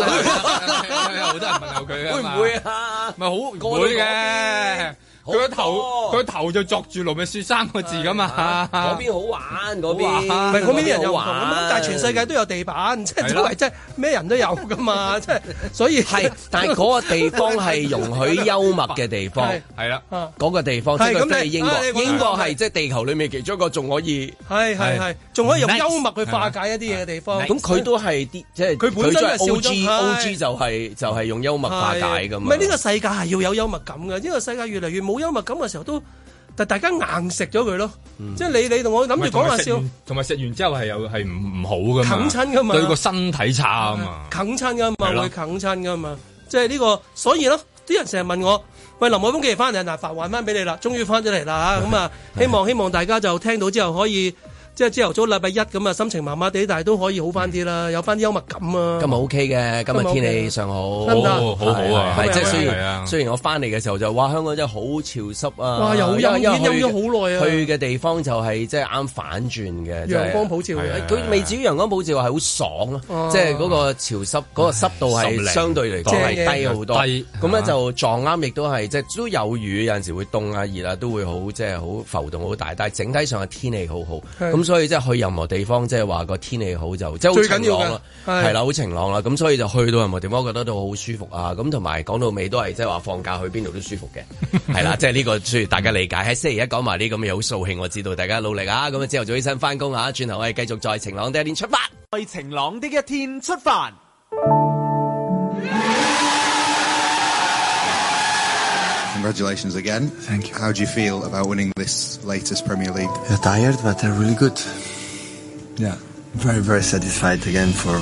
Speaker 3: 有好多人問候佢啊
Speaker 2: 會唔
Speaker 3: 嘛
Speaker 2: 會啊？
Speaker 4: *laughs*
Speaker 3: 咪好唔
Speaker 2: 過到
Speaker 3: 會
Speaker 2: 嗰邊
Speaker 3: 嘅，佢個
Speaker 2: 好
Speaker 3: 頭
Speaker 2: 多啊
Speaker 3: 佢個頭就作住盧覓雪三個字噶嘛。
Speaker 2: 嗰邊好玩，嗰邊
Speaker 4: 唔係嗰邊啲人又唔啊同
Speaker 2: 好玩
Speaker 4: 咁，但係全世界都有地板，即係
Speaker 3: 係
Speaker 4: 周
Speaker 3: 啦
Speaker 4: 圍即係咩人都有噶嘛，即係所以
Speaker 2: 係，但係嗰個地方係容許幽默嘅地方。
Speaker 4: *laughs* 係
Speaker 3: 係啦，
Speaker 4: 啊
Speaker 2: 嗰個地方，即係
Speaker 4: 係
Speaker 2: 佢
Speaker 4: 咁
Speaker 2: 都係
Speaker 4: 你
Speaker 2: 英國
Speaker 4: 啊你。講
Speaker 2: 英國
Speaker 4: 得
Speaker 2: 係即係地球裏面其中一個仲可以，
Speaker 4: 係係係，仲可以用
Speaker 5: Nice
Speaker 4: 幽默去化解一啲嘢嘅地方。
Speaker 2: 咁佢都係啲即係
Speaker 4: 佢本身係笑
Speaker 2: O
Speaker 4: 中
Speaker 2: G
Speaker 4: 派
Speaker 2: O G 就係就係用幽默化解啊㗎
Speaker 4: 唔
Speaker 2: 嘛。
Speaker 4: 係呢個世界係要有幽默感嘅，呢個世界越嚟越冇幽默感嘅時候都，但大家硬食咗佢咯。即係你你同我諗住講下笑，
Speaker 3: 同埋食完之後係有係唔唔好噶嘛，
Speaker 4: 啃親㗎嘛
Speaker 3: 對個身體差啊
Speaker 4: *laughs*
Speaker 3: 嘛。
Speaker 4: 啃嗯親噶
Speaker 3: 係
Speaker 4: 嘛，
Speaker 3: 咯
Speaker 4: 會啃親噶嘛。即係呢個，所以咯，啲人成日問我。喂，林海峰幾時翻嚟？嗱，煩還翻俾你啦，終於翻咗嚟
Speaker 2: *laughs*
Speaker 4: 啦嚇，咁啊，希望希望大家就聽到之後可以，即係朝頭早禮拜一咁啊，心情麻麻地，但係都可以好翻啲啦，
Speaker 2: 嗯
Speaker 4: 有翻啲幽默感啊。
Speaker 2: 今日 OK 嘅，今日天氣尚好，
Speaker 4: 得唔得
Speaker 3: 好好好啊
Speaker 2: 係係係即係
Speaker 4: 係啊
Speaker 2: 雖
Speaker 3: 係啊
Speaker 2: 然雖然我翻嚟嘅時候就話香港真係好潮濕啊，
Speaker 4: 哇又陰
Speaker 2: 因為
Speaker 4: 天
Speaker 2: 因為
Speaker 4: 陰咗好耐啊
Speaker 2: 去嘅地方就係即係啱反轉嘅，即係
Speaker 4: 陽光普照嘅
Speaker 3: 係啊
Speaker 2: 佢未至於陽光普照係好爽
Speaker 4: 哦
Speaker 2: 咯，即係嗰個潮濕嗰個濕度
Speaker 3: 濕
Speaker 2: 係
Speaker 3: 靚
Speaker 2: 相對嚟講係低好多，
Speaker 3: 低
Speaker 2: 咁
Speaker 3: 啊
Speaker 2: 咧就撞啱，亦都係即係都有雨，有陣時會凍啊熱啊，都會好即係好浮動好大，但係整體上嘅天氣好好，
Speaker 4: 係
Speaker 2: 咁所以即係去任何地方即係話個天氣好就即係好
Speaker 4: 最緊
Speaker 2: 晴
Speaker 4: 要
Speaker 2: 朗
Speaker 4: 嘅
Speaker 2: 啦，
Speaker 4: 係
Speaker 2: 係啦好晴朗啦，咁所以就去到任何地方，我覺得都好舒服啊，咁同埋講到尾都係即係話放假去邊度都舒服
Speaker 4: *laughs*
Speaker 2: 嘅，係啦，即係呢個需要大家理解。喺星期一講埋呢咁嘅嘢好掃興，我知道大家努力啊，咁啊朝頭早起身翻工啊，轉頭我哋繼續在晴朗的一天出發。
Speaker 5: 在晴朗的一天出發。
Speaker 7: Congratulations again. Thank you. How do you feel about winning this latest Premier League?
Speaker 8: They're tired, but they're really good. Yeah, very, very satisfied again for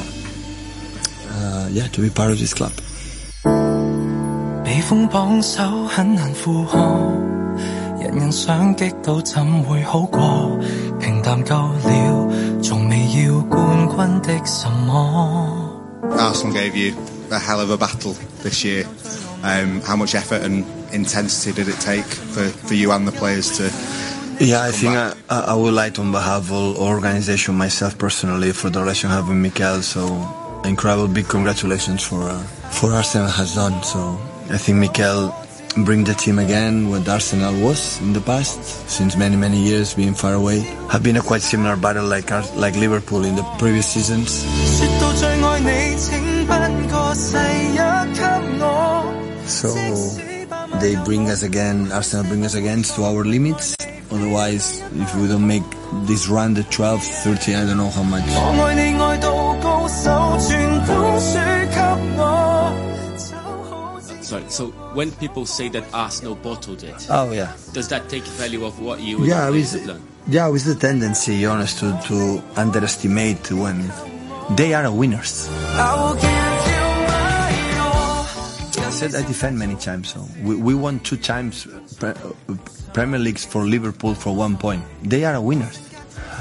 Speaker 8: uh, yeah to be part of this club.
Speaker 9: 被封榜首很難負荷，人人想激到怎會好過？平淡夠了，從未要冠軍的什麼。
Speaker 7: Arsenal gave you a hell of a battle this year. Um, how much effort and intensity did it take for, for you and the players to?
Speaker 8: Yeah, I think I, I I would like on behalf of all organization, myself personally, for the relation I have with Mikel. So incredible, big congratulations for uh, for Arsenal has done. So I think Mikel bring the team again what Arsenal was in the past, since many many years being far away. Have been a quite similar battle like Ar- like Liverpool in the previous seasons.
Speaker 9: 說到最愛你，請頒個誓約給我。
Speaker 8: So they bring us again, Arsenal bring us again to our limits. Otherwise, if we don't make this run, the 12, 13, I don't know how much.
Speaker 9: 我愛你愛到高手，全都輸給我。走好自己
Speaker 10: Sorry, so when people say that Arsenal bottled it,
Speaker 8: Oh yeah,
Speaker 10: does that take value of what you
Speaker 8: yeah, with
Speaker 10: have done?
Speaker 8: yeah, with the tendency, honest, to, to underestimate when they are winners.
Speaker 9: I will give you my all.
Speaker 8: I said I defend many times. So we, we won two times pre- uh, Premier Leagues for Liverpool for one point. They are winners.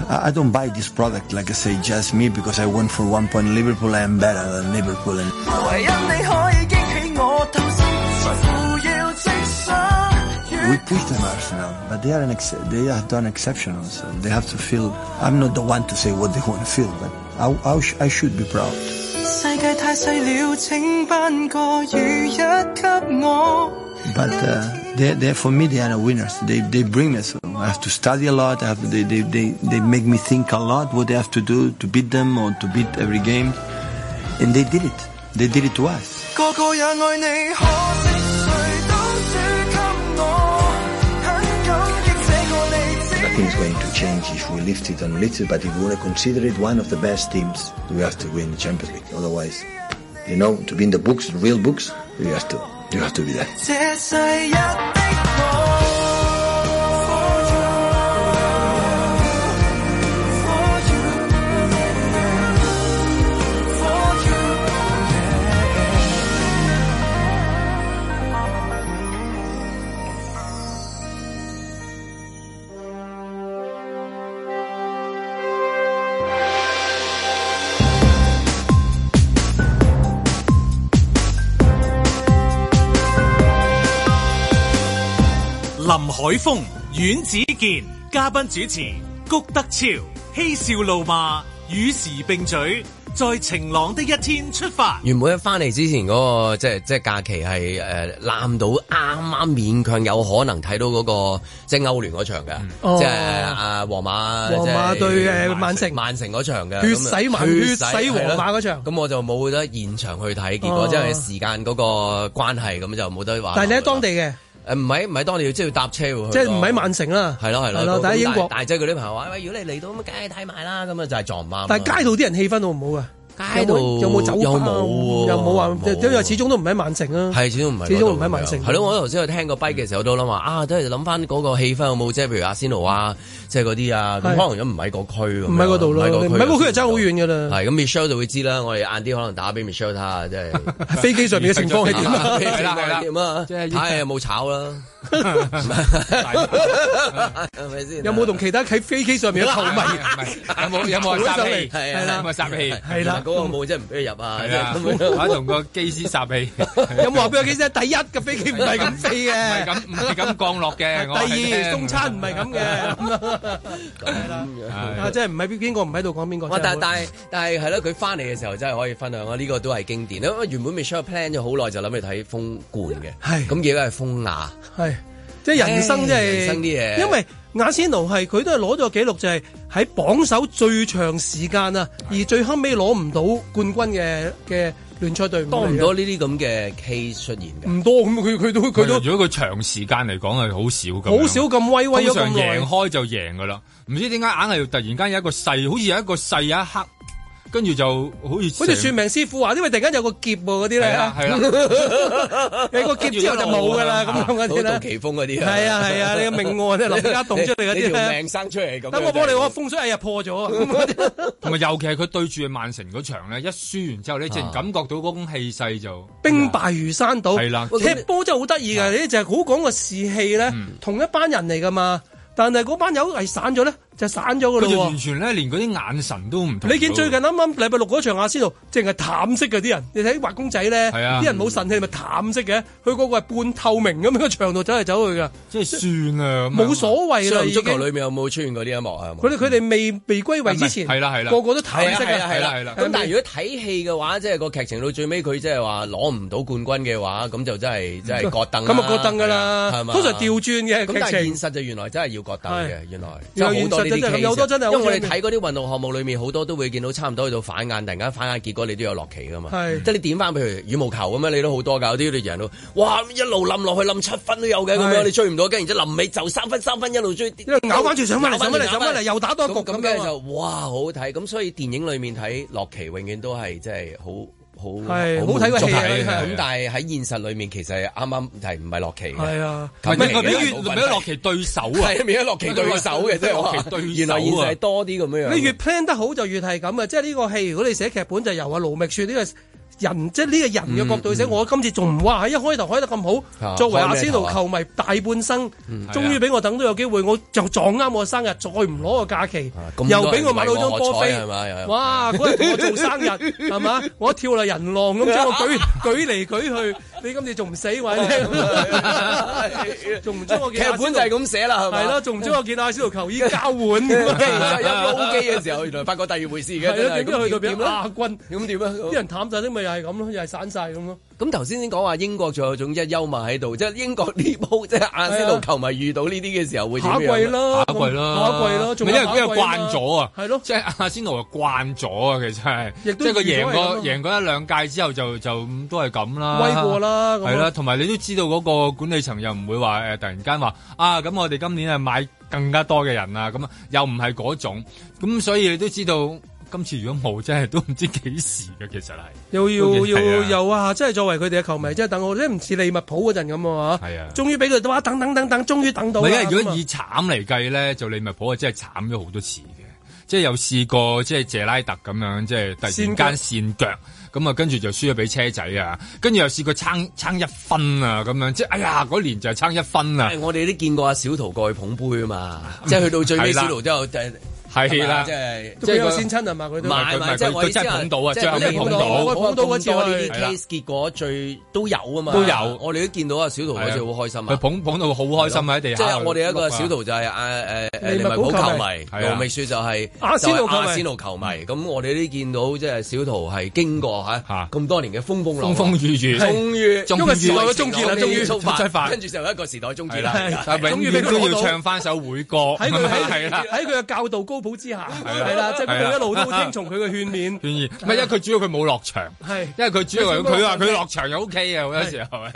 Speaker 8: I, I don't buy this product like I say just me because I won for one point Liverpool. I am better than Liverpool. And
Speaker 9: 唯因你可以激起我鬥心，在乎要直想
Speaker 8: we push them Arsenal, but they are an ex- they have done exceptional. So they have to feel. I'm not the one to say what they want to feel, but I, I, sh- I should be proud.
Speaker 9: 世界太細了，請頒個雨一給我。
Speaker 8: But uh, they, they, for me, they are the winners. They, they bring me. So I have to study a lot. I have, they, they, they, they make me think a lot what they have to do to beat them or to beat every game. And they did it. They did it to us.
Speaker 9: 個個也愛你，可惜誰都輸給我。很感激這個
Speaker 8: Nothing
Speaker 9: 你
Speaker 8: is
Speaker 9: 知。
Speaker 8: going to change if we lift it and lift it. But if we want to consider it one of the best teams, we have to win the Champions League. Otherwise, you know, to be in the books, the real books, you have to, you have to be there.
Speaker 9: 這世一的我。
Speaker 1: 林海峰、阮子健，嘉賓主持谷德超，嬉笑怒罵，與時並舉，在晴朗的一天出發。
Speaker 2: 原本一翻嚟之前嗰、個即係即係假期係誒攬到啱啱勉強有可能睇到嗰、個即係歐聯嗰場
Speaker 4: 哦
Speaker 2: 嘅，即係啊皇馬
Speaker 4: 皇馬
Speaker 2: 即係
Speaker 4: 對誒曼城
Speaker 2: 曼城嗰場嘅
Speaker 4: 血洗曼
Speaker 2: 咁啊
Speaker 4: 血洗皇馬嗰場
Speaker 2: 係咯咁我就冇得現場去睇，結
Speaker 4: 哦
Speaker 2: 果因為時間嗰個關係咁就冇得話。
Speaker 4: 但係你喺當地嘅，
Speaker 2: 誒呃唔係唔係當地，即係要搭車喎。
Speaker 4: 即係唔喺曼城啦。
Speaker 2: 係咯係咯，
Speaker 4: 係咯，
Speaker 2: 咁
Speaker 4: 但係英國，
Speaker 2: 但係即係佢啲朋友話：喂，如果你嚟到咁，梗係睇埋啦。咁啊，就係撞唔啱啊。
Speaker 4: 但係街度啲人氣氛好唔好啊？
Speaker 2: 街度
Speaker 4: 有冇有冇酒
Speaker 2: 又
Speaker 4: 吧啊
Speaker 2: 冇喎
Speaker 4: 又冇話，
Speaker 2: 冇
Speaker 4: 因為始終都唔喺曼城啊。
Speaker 2: 係始終唔係嗰度，
Speaker 4: 始終唔係曼嗯城
Speaker 2: 係咯，我頭先有聽個 b 嘅時候都諗話啊，都係諗翻嗰個氣氛有冇，即係譬如阿仙奴啊，即係嗰啲啊，咁
Speaker 4: 係
Speaker 2: 可能都唔喺個區咁啊樣，
Speaker 4: 唔喺嗰度咯，唔喺嗰區就爭好遠㗎啦。
Speaker 2: 係咁 Michelle 就會知啦，我哋晏啲可能打俾 Michelle 睇下，即係
Speaker 4: 喺飛機上面嘅情況係點啊？
Speaker 2: 係啦係啦，點 *laughs* 啊？
Speaker 5: 即係
Speaker 2: 睇下有冇炒
Speaker 4: *laughs*
Speaker 2: 啦， *laughs* 係咪先？
Speaker 4: 有冇同其他喺飛機上面嘅球
Speaker 6: *laughs*
Speaker 4: 迷？
Speaker 6: 有冇-有冇人殺氣？
Speaker 2: 係啊。
Speaker 6: 有冇人殺氣？
Speaker 4: 係
Speaker 2: 嗱
Speaker 4: 啦
Speaker 2: 嗰，個冇即係唔俾佢入啊，
Speaker 6: 係啊，
Speaker 2: 即係咁樣
Speaker 6: 我同個機師殺氣。
Speaker 4: 有冇話俾我知啫？第一嘅飛機唔係咁飛嘅，
Speaker 6: 唔係咁-唔係咁降落嘅，我係
Speaker 4: 第二送餐唔係咁嘅。
Speaker 6: 係。
Speaker 4: 啊，即係唔係邊個唔喺度講邊個
Speaker 2: 哇！？啊但
Speaker 4: 真係
Speaker 2: 但係但係係咯，佢翻嚟嘅時候真係可以分享啊！呢、個都係經典，因為原本 Michelle plan 咗好耐就諗住睇風冠嘅，
Speaker 4: 係
Speaker 2: 咁結果係風雅，
Speaker 4: 係，即係人生即係
Speaker 2: 唉人生啲嘢
Speaker 4: 因為亞仙奴係佢都係攞咗記錄，就係喺榜首最長時間啊，而最後尾攞唔到冠軍嘅嘅聯賽隊伍嚟嘅，
Speaker 2: 多唔多呢啲咁嘅 case 出現嘅？
Speaker 4: 唔多咁，佢佢都佢都
Speaker 6: 如果佢長時間嚟講係好少咁樣。
Speaker 4: 好少咁威威咗咁耐。
Speaker 6: 通常贏開就贏㗎啦。唔知點解硬係要突然間有一個細，好似有一個細有一刻，跟住就好似
Speaker 4: 好似
Speaker 6: 成-
Speaker 4: 算啊命師傅話，因為突然間有個劫喎嗰啲咧，啊
Speaker 6: 係啦，係啦。啊
Speaker 4: *laughs* 有個劫之後就冇噶啦，咁樣嗰
Speaker 2: 好
Speaker 4: 啲
Speaker 2: 杜
Speaker 4: 咧，
Speaker 2: 琪峰嗰啲
Speaker 4: 係啊係啊，你個命案咧，林家棟出嚟嗰
Speaker 2: 你
Speaker 4: 啲
Speaker 2: 你條
Speaker 4: 咧，
Speaker 2: 命生出嚟咁樣就係。
Speaker 4: *laughs* 等我幫你，我風水哎呀破咗啊，咁嗰啲
Speaker 6: 同埋尤其係佢對住曼城嗰場咧，一輸完之
Speaker 4: 啊
Speaker 6: 後咧，即係感覺到嗰種氣勢就哎
Speaker 4: 兵敗如山倒。
Speaker 6: 係啦，
Speaker 4: *laughs* 踢波真係好得意嘅，你就係好講個士氣咧，同一班人嚟噶嘛。但係嗰班友係散咗咧，就散咗噶
Speaker 6: 佢
Speaker 4: 咯
Speaker 6: 就完
Speaker 4: 喎。
Speaker 6: 全咧連嗰啲眼神都唔同。
Speaker 4: 你見最近啱啱禮拜六嗰場亞仙奴，淨係淡色嘅啲人，你睇畫公仔咧，
Speaker 6: 係啊
Speaker 4: 啲人冇神氣咪淡色嘅，佢嗰個係半透明咁樣個場度走嚟走去噶，
Speaker 6: 即係算啊啦，咁樣
Speaker 4: 冇所謂啦
Speaker 2: 上
Speaker 4: 已
Speaker 2: 足
Speaker 4: 經。
Speaker 2: 球
Speaker 4: 佢
Speaker 2: 裏面有冇出現過呢一幕啊？有冇
Speaker 4: 哋佢哋未被歸位之前，
Speaker 6: 係啦係啦
Speaker 4: 個個都淡色
Speaker 2: 係
Speaker 4: 啊
Speaker 2: 啦，
Speaker 6: 係
Speaker 2: 係
Speaker 6: 啦
Speaker 2: 啦
Speaker 6: 係啦
Speaker 2: 咁但係如果睇戲嘅話，即係個劇情到最尾，佢即係話攞唔到冠軍嘅話，咁就真係真係割凳啦
Speaker 4: 咁啊覺凳噶啦，
Speaker 2: 係
Speaker 4: 通
Speaker 2: 嘛
Speaker 4: 常調轉嘅
Speaker 2: 咁但係
Speaker 4: 劇
Speaker 2: 現
Speaker 4: 情。
Speaker 2: 實就原來真係要割鬥嘅，原來
Speaker 4: 原
Speaker 2: 真
Speaker 4: 來
Speaker 2: 係好多呢
Speaker 4: 現實真
Speaker 2: 啲
Speaker 4: 係咁有好多真係好
Speaker 2: case 啊因為我哋
Speaker 4: 正面
Speaker 2: 睇嗰啲運動項目裏面好多都會見到差唔多去到反眼，突然間反眼，結果你都有落棋噶嘛。
Speaker 4: 係
Speaker 2: 即係你點翻譬如羽毛球咁樣，你都好多㗎，有啲你贏到，哇一路冧落去冧七分都有嘅咁
Speaker 4: 係
Speaker 2: 樣，你追唔到，跟住然之後臨尾就三分三分一路追，
Speaker 4: 因為咬返住上返嚟上返嚟上返嚟又打多一
Speaker 2: 個
Speaker 4: 局
Speaker 2: 咁
Speaker 4: 咁
Speaker 2: 嘅
Speaker 4: 樣啊
Speaker 2: 就哇好好睇，咁所以電影裏面睇落棋永遠都係即係好。好
Speaker 4: 係好睇個戲
Speaker 2: 滿足
Speaker 4: 啊係係
Speaker 2: 咁但係喺現實裏面其實係啱啱係唔係落棋嘅。
Speaker 4: 係啊，
Speaker 2: 咁
Speaker 6: 唔係佢
Speaker 2: 你
Speaker 6: 俾
Speaker 2: 而家冇
Speaker 6: 越俾
Speaker 2: 份
Speaker 6: 咗
Speaker 2: 睇
Speaker 6: 落棋對手啊，
Speaker 2: 係變咗落棋對手嘅，即係
Speaker 6: 落棋對
Speaker 2: 話原
Speaker 6: 手啊
Speaker 2: 來現實係多啲咁樣樣。
Speaker 4: 你越 plan 得好就越係咁啊！即係呢個戲，如果你寫劇本就由阿盧覓雪呢個人，即係呢個人嘅角度寫。我今次仲唔哇！喺一開頭開得咁好，
Speaker 2: 啊
Speaker 4: 作為阿
Speaker 2: 開咩
Speaker 4: 仙
Speaker 2: 頭
Speaker 4: 奴
Speaker 2: 啊
Speaker 4: 球迷大半生，終於俾我等到有機會，我就撞啱我生日，再唔攞個假期
Speaker 2: 啊咁，
Speaker 4: 又俾我買到張波
Speaker 2: 多
Speaker 4: 飛
Speaker 2: 人為我喝彩係嘛又，有
Speaker 4: 哇！嗰日同我做
Speaker 2: *laughs*
Speaker 4: 生日係嘛？我一跳落人浪咁將我舉舉嚟舉去，你今次仲唔死
Speaker 2: *laughs*
Speaker 4: 位？仲唔將我
Speaker 2: 劇
Speaker 4: 見阿仙奴
Speaker 2: 本就係咁寫啦，係咪？
Speaker 4: 係咯，仲唔將我見阿仙奴球衣交
Speaker 2: *laughs*
Speaker 4: 換咁
Speaker 2: 跟住然之後有撈機嘅時候，原來發覺第二回事嘅，
Speaker 4: 係
Speaker 2: 真
Speaker 4: 咯，
Speaker 2: 係
Speaker 4: 點知去到
Speaker 2: 咁
Speaker 4: 變
Speaker 2: 點
Speaker 4: 咗
Speaker 2: 啦？
Speaker 4: 亞軍，
Speaker 2: 咁點啊？
Speaker 6: 哦
Speaker 4: 啲人淡晒啲咪又係咁咯，又係散晒咁咯。
Speaker 2: 咁頭先先講話英國仲有種一幽默喺度，即係英國呢鋪 *laughs* 即係阿仙奴球迷遇到呢啲嘅時候會點
Speaker 4: 下一季
Speaker 2: 樣？啊
Speaker 4: 啦，
Speaker 6: 啊下一季啦，
Speaker 4: 下一季啦，仲
Speaker 6: 咪
Speaker 4: 有
Speaker 6: 因為因為
Speaker 4: 下一季啦
Speaker 6: 慣咗啊，
Speaker 4: 係咯，
Speaker 6: 即係阿仙奴啊慣咗啊，其實係，
Speaker 4: 亦
Speaker 6: 即
Speaker 4: 都
Speaker 6: 係佢
Speaker 4: 預
Speaker 6: 贏
Speaker 4: 咗係
Speaker 6: 過
Speaker 4: 咁啊
Speaker 6: 贏過一兩屆之後就就咁都係咁啦，
Speaker 4: 威過啦咁啊
Speaker 6: 係啦，同埋你都知道嗰個管理層又唔會話誒、突然間話啊，咁我哋今年係買更加多嘅人啊，咁啊又唔係嗰種，咁所以你都知道今次如果冇，真係都唔知幾時嘅，其實係。
Speaker 4: 又要
Speaker 6: 都幾係
Speaker 4: 要
Speaker 6: 啊
Speaker 4: 又啊！即係作為佢哋嘅球迷，即係等我，即係唔似利物浦嗰陣咁啊嘛。
Speaker 6: 係啊
Speaker 4: 終於俾佢哇！等等等等，終於等到
Speaker 6: 唔
Speaker 4: 啦。
Speaker 6: 係，因為如
Speaker 4: 咁
Speaker 6: 果
Speaker 4: 啊
Speaker 6: 以慘嚟計咧，就利物浦啊，真係慘咗好多次嘅，即係有試過即係謝拉特咁樣，即係
Speaker 4: 跣
Speaker 6: 突
Speaker 4: 腳
Speaker 6: 然間跣腳，咁啊跟住就輸咗俾車仔啊，跟住又試過撐撐一分啊咁樣，即係哎呀嗰年就係撐一分啊，
Speaker 2: 我哋都見過阿小圖過去捧杯啊嘛，即係去到最尾，
Speaker 6: 係啦
Speaker 2: 小圖都有誒
Speaker 6: 係啦
Speaker 2: 即係啊
Speaker 6: 都幾有
Speaker 2: 佢
Speaker 6: 先親啊嘛佢都
Speaker 2: 唔係唔
Speaker 6: 唔係佢
Speaker 2: 係即係
Speaker 6: 佢
Speaker 2: 我意思
Speaker 6: 真係
Speaker 2: 係
Speaker 6: 捧到啊
Speaker 2: 即係
Speaker 6: 最後尾
Speaker 2: 你
Speaker 6: 捧到
Speaker 2: 我
Speaker 6: 捧到
Speaker 2: 咁多
Speaker 6: 嗰次
Speaker 2: 呢啲
Speaker 6: 係啦
Speaker 2: case 結果最都有啊嘛，
Speaker 6: 都有
Speaker 2: 我哋都見到啊，小圖嗰次好開心啊
Speaker 6: 佢。捧捧到好開心啊喺地下。
Speaker 2: 即係我哋一個小圖就係啊誒誒利
Speaker 6: 利物
Speaker 2: 物
Speaker 6: 浦
Speaker 2: 浦球迷，
Speaker 6: 球迷
Speaker 2: 盧覓雪就係
Speaker 6: 阿仙奴球
Speaker 2: 就
Speaker 6: 迷
Speaker 2: 係阿仙奴球迷。咁我哋都見到即係小圖係經過嚇咁多年嘅風風浪浪
Speaker 6: 風風雨雨
Speaker 2: 終於
Speaker 6: 終於因為時代嘅終結啦終於
Speaker 2: 觸發
Speaker 6: 觸發
Speaker 2: 跟住就有一個時代終
Speaker 6: 係
Speaker 2: 結 *laughs*
Speaker 6: 啦
Speaker 2: 啦，，
Speaker 6: 但係永遠都要唱翻首會歌，
Speaker 4: 喺
Speaker 6: *laughs*
Speaker 4: 佢
Speaker 6: 係
Speaker 4: 喺
Speaker 6: 啦。
Speaker 4: 喺佢嘅教導高普之下，
Speaker 6: 係啦
Speaker 4: 係啦，即係佢一路都聽從佢嘅勸勉。
Speaker 6: 願意，唔係因為佢主要佢冇落場，
Speaker 4: 係
Speaker 6: 因為佢主要
Speaker 4: 佢想幫
Speaker 6: 佢話
Speaker 4: 我
Speaker 6: 佢落場又 OK 啊嘅，好多時候係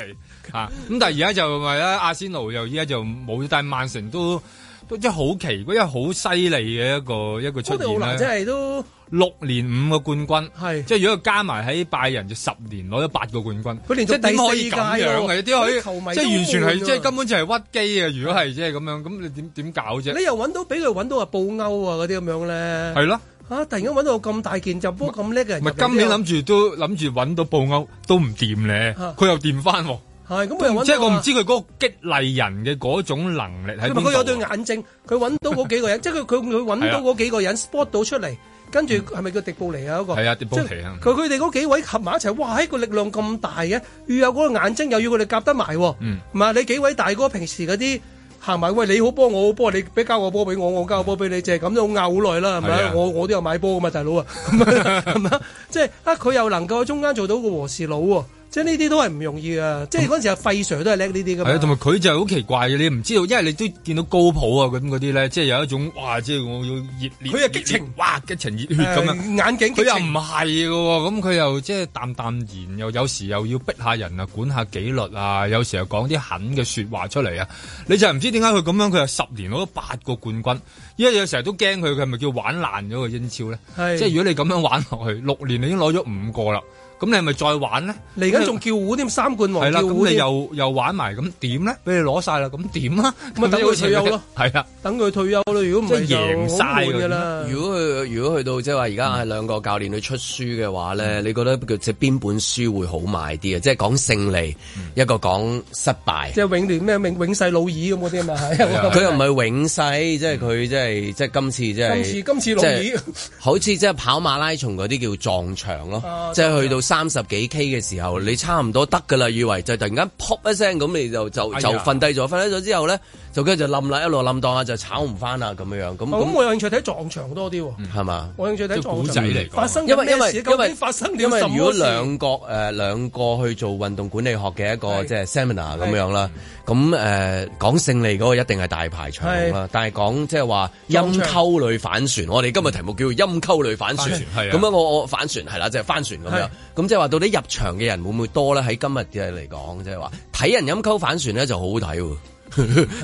Speaker 6: 嚇。咁但係而家就咪啦，阿仙奴又而家就冇，但係曼城都都即係好奇怪，因為好犀利嘅一個一個出
Speaker 4: 哥迪奧拿
Speaker 6: 現
Speaker 4: 真
Speaker 6: 咧。
Speaker 4: 係都
Speaker 6: 六年五個冠軍，係即係如果加埋喺拜仁就十年攞咗八個冠軍，
Speaker 4: 佢連續
Speaker 6: 即係點可以
Speaker 4: 第四
Speaker 6: 咁
Speaker 4: 屆
Speaker 6: 樣
Speaker 4: 喎
Speaker 6: 嘅？點可以
Speaker 4: 啲球迷
Speaker 6: 即係
Speaker 4: 都
Speaker 6: 完全係
Speaker 4: 悶㗎
Speaker 6: 即係根本就係屈機啊！如果係即係咁樣，咁你點點搞啫？
Speaker 4: 你又揾到俾佢揾到啊布歐啊嗰啲咁樣咧，
Speaker 6: 係咯。
Speaker 4: 嚇！啊突然間揾到咁大件入波咁叻嘅人
Speaker 6: 唔
Speaker 4: 入嚟
Speaker 6: 係
Speaker 4: 之後，
Speaker 6: 今年諗住都諗住揾到布歐都唔掂咧，
Speaker 4: 啊
Speaker 6: 佢又掂翻喎。
Speaker 4: 係咁，佢又揾
Speaker 6: 即係
Speaker 4: 到
Speaker 6: 我唔
Speaker 4: 啊
Speaker 6: 知佢嗰個激勵人嘅嗰種能力喺邊
Speaker 4: 同埋啊佢有對
Speaker 6: 度。啊
Speaker 4: 眼睛，佢揾到嗰幾個人， *laughs* 即係佢佢佢揾到嗰幾個人 spot 到出嚟，跟住係咪叫迪布尼啊嗰個？
Speaker 6: 嗯係啊迪布尼啊
Speaker 4: 即係佢佢哋嗰幾位合埋一齊，哇！喺個力量咁大嘅，要有嗰個眼睛，又要佢哋夾得埋喎。
Speaker 6: 嗯
Speaker 4: 唔係你幾位大哥平時嗰啲。行埋喂，你好波，我好波，你俾交個波俾我，我交個波俾你，就係咁都拗好耐啦，係咪
Speaker 6: 係啊
Speaker 4: 啊？我我都有買波噶嘛，
Speaker 6: *laughs*
Speaker 4: 大佬啊，係咪啊？即係啊，佢又能夠喺中間做到個和事佬喎，即係呢啲都係唔容易啊！即係嗰陣時阿費 Sir 都係叻呢啲噶
Speaker 6: 係啊，
Speaker 4: 嘛
Speaker 6: 同。埋佢就好奇怪嘅，你唔知道，因為你都見到高普啊咁嗰啲咧，即係有一種哇，即係我要熱烈，佢係激情，哇，激情熱血咁樣，
Speaker 4: 誒眼鏡啊
Speaker 6: 佢又唔係嘅喎，咁佢又即係淡淡然，又有時又要逼下人啊，管下紀律啊，有時又講啲狠嘅説話出嚟啊，你就唔知點解佢咁樣，佢又十年攞咗八個冠軍，依家有時候都驚佢，佢係咪叫玩爛咗個英超咧？
Speaker 4: 係
Speaker 6: 即係如果你咁樣玩落去，六年你已經攞咗五個啦，咁你係咪再玩咧？
Speaker 4: 嚟緊仲叫糊添，三冠
Speaker 6: 係
Speaker 4: 王
Speaker 6: 啦，
Speaker 4: 叫糊
Speaker 6: 咁你
Speaker 4: 添，
Speaker 6: 又又玩埋，咁點咧？俾你攞晒啦，咁點啊？
Speaker 4: 咪等佢退休咯，
Speaker 6: 係啊啦，
Speaker 4: 等佢退休咯。如果唔係
Speaker 6: 即係贏
Speaker 4: 就
Speaker 6: 晒
Speaker 4: 好悶㗎啦。
Speaker 2: 如果佢如果去到即係話而家係兩個教練去出書嘅話咧，
Speaker 4: 嗯
Speaker 2: 你覺得佢即係邊本書會好賣啲啊？即係講勝利，一個講失敗
Speaker 4: 即。係永聯咩永永世老二咁嗰啲啊嘛，係啊
Speaker 2: 佢又唔係永世，即係佢即係即係今次即係
Speaker 4: 今次今次老
Speaker 2: 即係
Speaker 4: 二。
Speaker 2: 好似即係跑馬拉松嗰啲叫撞牆咯
Speaker 4: 啊，嗯
Speaker 2: 即係去到三十幾 K 嘅時候，你差唔多得㗎啦，以為就突然間噗一聲咁，你就就
Speaker 6: 哎呀
Speaker 2: 就瞓低咗，瞓低咗之後咧，就跟住就冧啦，一路冧檔啊，就炒唔翻啊咁樣樣，咁
Speaker 4: 哦咁
Speaker 2: 咁
Speaker 4: *laughs* 我有興趣睇撞牆多啲喎，
Speaker 2: 係嘛？
Speaker 4: 我有興趣睇撞
Speaker 6: 古仔嚟
Speaker 4: 牆。
Speaker 6: 講
Speaker 4: 發生
Speaker 2: 因
Speaker 4: 緊
Speaker 2: 為因
Speaker 4: 咩
Speaker 2: 為
Speaker 4: 事？
Speaker 2: 因
Speaker 4: 究
Speaker 2: 為
Speaker 4: 竟發生
Speaker 2: 因
Speaker 4: 了
Speaker 2: 為
Speaker 4: 什
Speaker 2: 如果
Speaker 4: 麼事？
Speaker 2: 兩個誒兩個去做運動管理學嘅一個
Speaker 4: 係
Speaker 2: 即係 seminar 咁樣啦，咁呃誒講勝利嗰個一定係大排長龍啦，但係講即係話
Speaker 4: 撞
Speaker 2: 陰
Speaker 4: 牆
Speaker 2: 溝裏反船，我哋今日題目叫做陰溝裏反船，
Speaker 6: 反船係啊
Speaker 2: 咁樣我我反船係啦，即係翻船咁樣
Speaker 4: 係，
Speaker 2: 咁即係話到底入場嘅人會唔會多咧？喺今日嘅嚟講，即係話睇人陰溝反船咧就好好睇
Speaker 4: *laughs*
Speaker 2: 喎，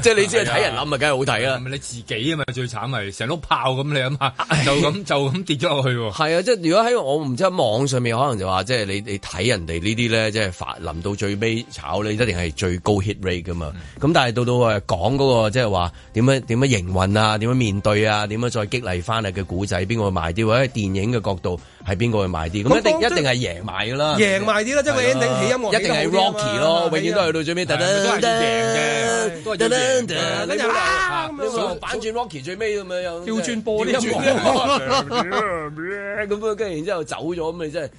Speaker 2: 即係你只係睇人冧啊，梗係好睇啦
Speaker 6: 係。咪你自己啊嘛？最慘係成碌炮咁，你諗下，就咁就咁跌咗落去喎。
Speaker 2: 係啊，即係如果喺我唔知喺網上面，可能就話即係你你睇人哋呢啲咧，即係發臨到最尾炒你，一定係最高 hit rate 噶嘛。咁、但係到到誒講嗰個即係話點樣點樣營運啊，點樣面對啊，點樣再激勵翻啊嘅古仔，邊個會賣啲，或者電影嘅角度係邊個會賣啲？咁一定
Speaker 4: 咁當
Speaker 2: 一定係贏賣噶啦，
Speaker 4: 贏埋啲啦，即係個 ending 起音樂
Speaker 2: 一定係
Speaker 4: 啊
Speaker 2: Rocky 咯，永遠都係去到最尾，噔
Speaker 6: 係咪都係要贏嘅，都係要贏嘅。
Speaker 4: 跟住啊咁樣
Speaker 2: 反轉 Rocky 最尾咁樣樣，
Speaker 4: 調轉播啲音樂
Speaker 2: 咁樣跟住然之後走咗，咁你真係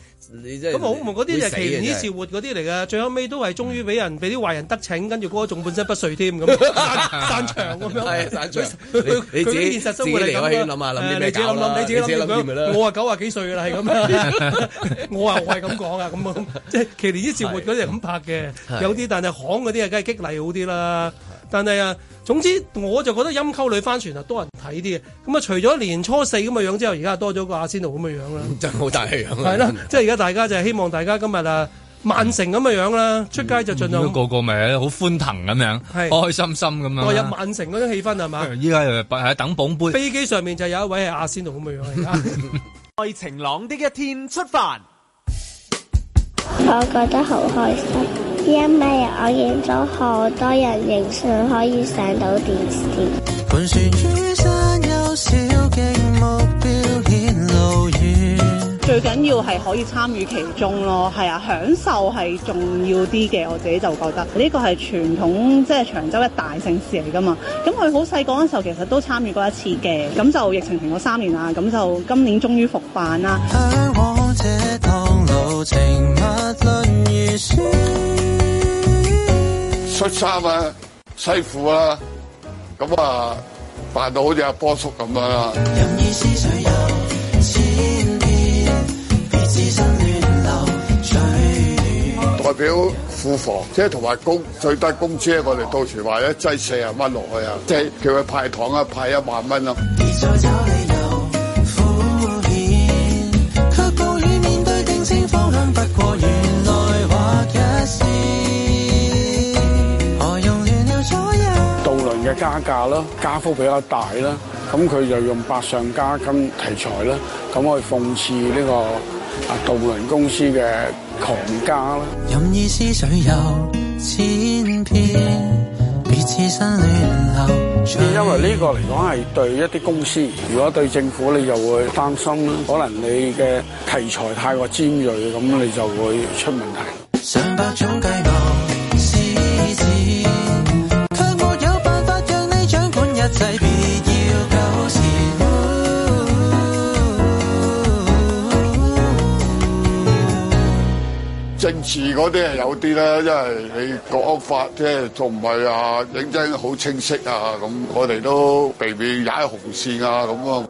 Speaker 2: 你真係
Speaker 4: 咁好唔嗰啲就係奇
Speaker 2: 會
Speaker 4: 緣
Speaker 2: 死嘅啊
Speaker 4: 伊
Speaker 2: 真
Speaker 4: 士
Speaker 2: 係
Speaker 4: 活嗰啲嚟嘅，最後尾都係終於俾人俾啲壞人得逞，跟住嗰個仲半身不遂添
Speaker 2: *laughs*
Speaker 4: 咁，散散場咁樣。
Speaker 2: 係散場
Speaker 4: 佢啊佢
Speaker 2: 你你自己
Speaker 4: 佢啲現實生活
Speaker 2: 自己
Speaker 4: 係
Speaker 2: 離開
Speaker 4: 咁
Speaker 2: 圈
Speaker 4: 樣
Speaker 2: 諗下諗啲
Speaker 4: 誒
Speaker 2: 咩
Speaker 4: 你自己諗
Speaker 2: 搞啦
Speaker 4: 諗，你自己
Speaker 2: 你自
Speaker 4: 諗
Speaker 2: 己諗掂咪啦
Speaker 4: 掂我話九啊幾歲㗎啦，
Speaker 2: *laughs*
Speaker 4: 係咁樣。我話我係咁講啊，咁樣即係奇連伊士活嗰啲係咁拍
Speaker 2: 係
Speaker 4: 嘅，有啲但係行嗰啲啊，梗係激勵好啲啦。但係啊，總之我就覺得陰溝裏翻船啊，多人睇啲嘅。咁啊，除咗年初四咁嘅樣之後，而家多咗個阿仙奴咁嘅
Speaker 2: *laughs*
Speaker 4: 樣啦。
Speaker 2: 真係好大氣樣啊
Speaker 4: 係啦，即係而家大家就係希望大家今日啊曼城咁嘅樣啦，
Speaker 2: *laughs*
Speaker 4: 出街就盡
Speaker 6: 如
Speaker 4: 量
Speaker 6: 果個個咪好歡騰咁樣，開
Speaker 4: 係
Speaker 6: 開心心咁樣。
Speaker 4: 代入曼城嗰種氣氛係嘛？
Speaker 6: 依家又係等捧杯。
Speaker 4: 飛機上面就有一位係啊阿仙奴咁嘅樣而家。
Speaker 5: *laughs*
Speaker 1: 在晴朗的一天出發。
Speaker 11: 我覺得好開心，因為我認咗好多人影相，可以上到電視。
Speaker 9: 盤旋於山丘小徑，目標顯路遠。
Speaker 11: 最
Speaker 12: 最緊要係可以參與其中咯，係啊，享受係重要啲嘅，我自己就覺得呢個係傳統即係長洲一大盛事嚟噶嘛。咁佢好細個嗰陣時候其實都參與過一次嘅，咁就疫情停咗三年啦，咁就今年終於復辦啦。
Speaker 9: 向往這趟路程，勿論如酸。
Speaker 13: 恤衫啊、西褲啊，咁啊扮到好似阿波叔咁啊樣啦。
Speaker 9: 任意思想有千遍，別自身亂流隨
Speaker 13: 代表庫房，即係同埋工最低工資咧，我哋到時話咧擠四十蚊落去啊，即係叫佢派糖啊，派一萬蚊啊。
Speaker 9: 別再找理由敷衍，卻暴雨面對定睛方向，不過原來劃一線。何用亂了左右？
Speaker 14: 渡輪嘅加價啦，加幅比較大啦，咁佢就用百上加金題材啦，咁去諷刺呢個啊渡輪公司嘅狂加啦。
Speaker 9: 任意思想有千遍，別置身亂流隨。
Speaker 14: 因為呢個嚟講係對一啲公司，如果對政府你就會擔心啦，可能你嘅題材太過尖鋭，咁你就會出問題。
Speaker 9: 上百種計謀施展，卻沒有辦法讓你掌管一切，別要糾
Speaker 13: 政治嗰啲係有啲啦，因為你國安法即係仲唔係啊認真好清晰啊咁，我哋都避免踩紅線啊咁啊。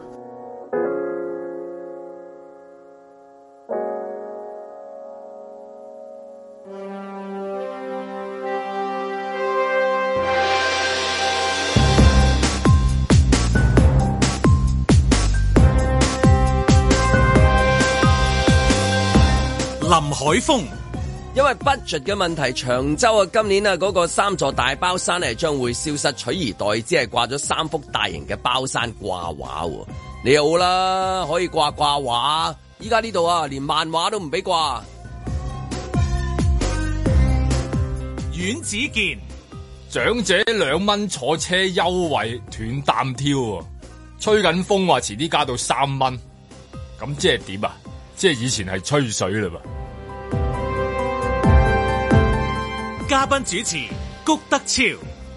Speaker 2: 林海峰，因為 budget 嘅問題，長洲啊今年啊嗰個三座大包山係將會消失，取而代之係掛咗三幅大型嘅包山掛畫喎。你好啦，可以掛掛畫。依家呢度啊，連漫畫都唔俾掛。
Speaker 1: 阮子健，
Speaker 3: 長者兩蚊坐車優惠斷擔挑啊！吹緊風話遲啲加到三蚊，咁即係點啊？即係以前係吹水嘞噃。
Speaker 1: 嘉賓主持谷德超，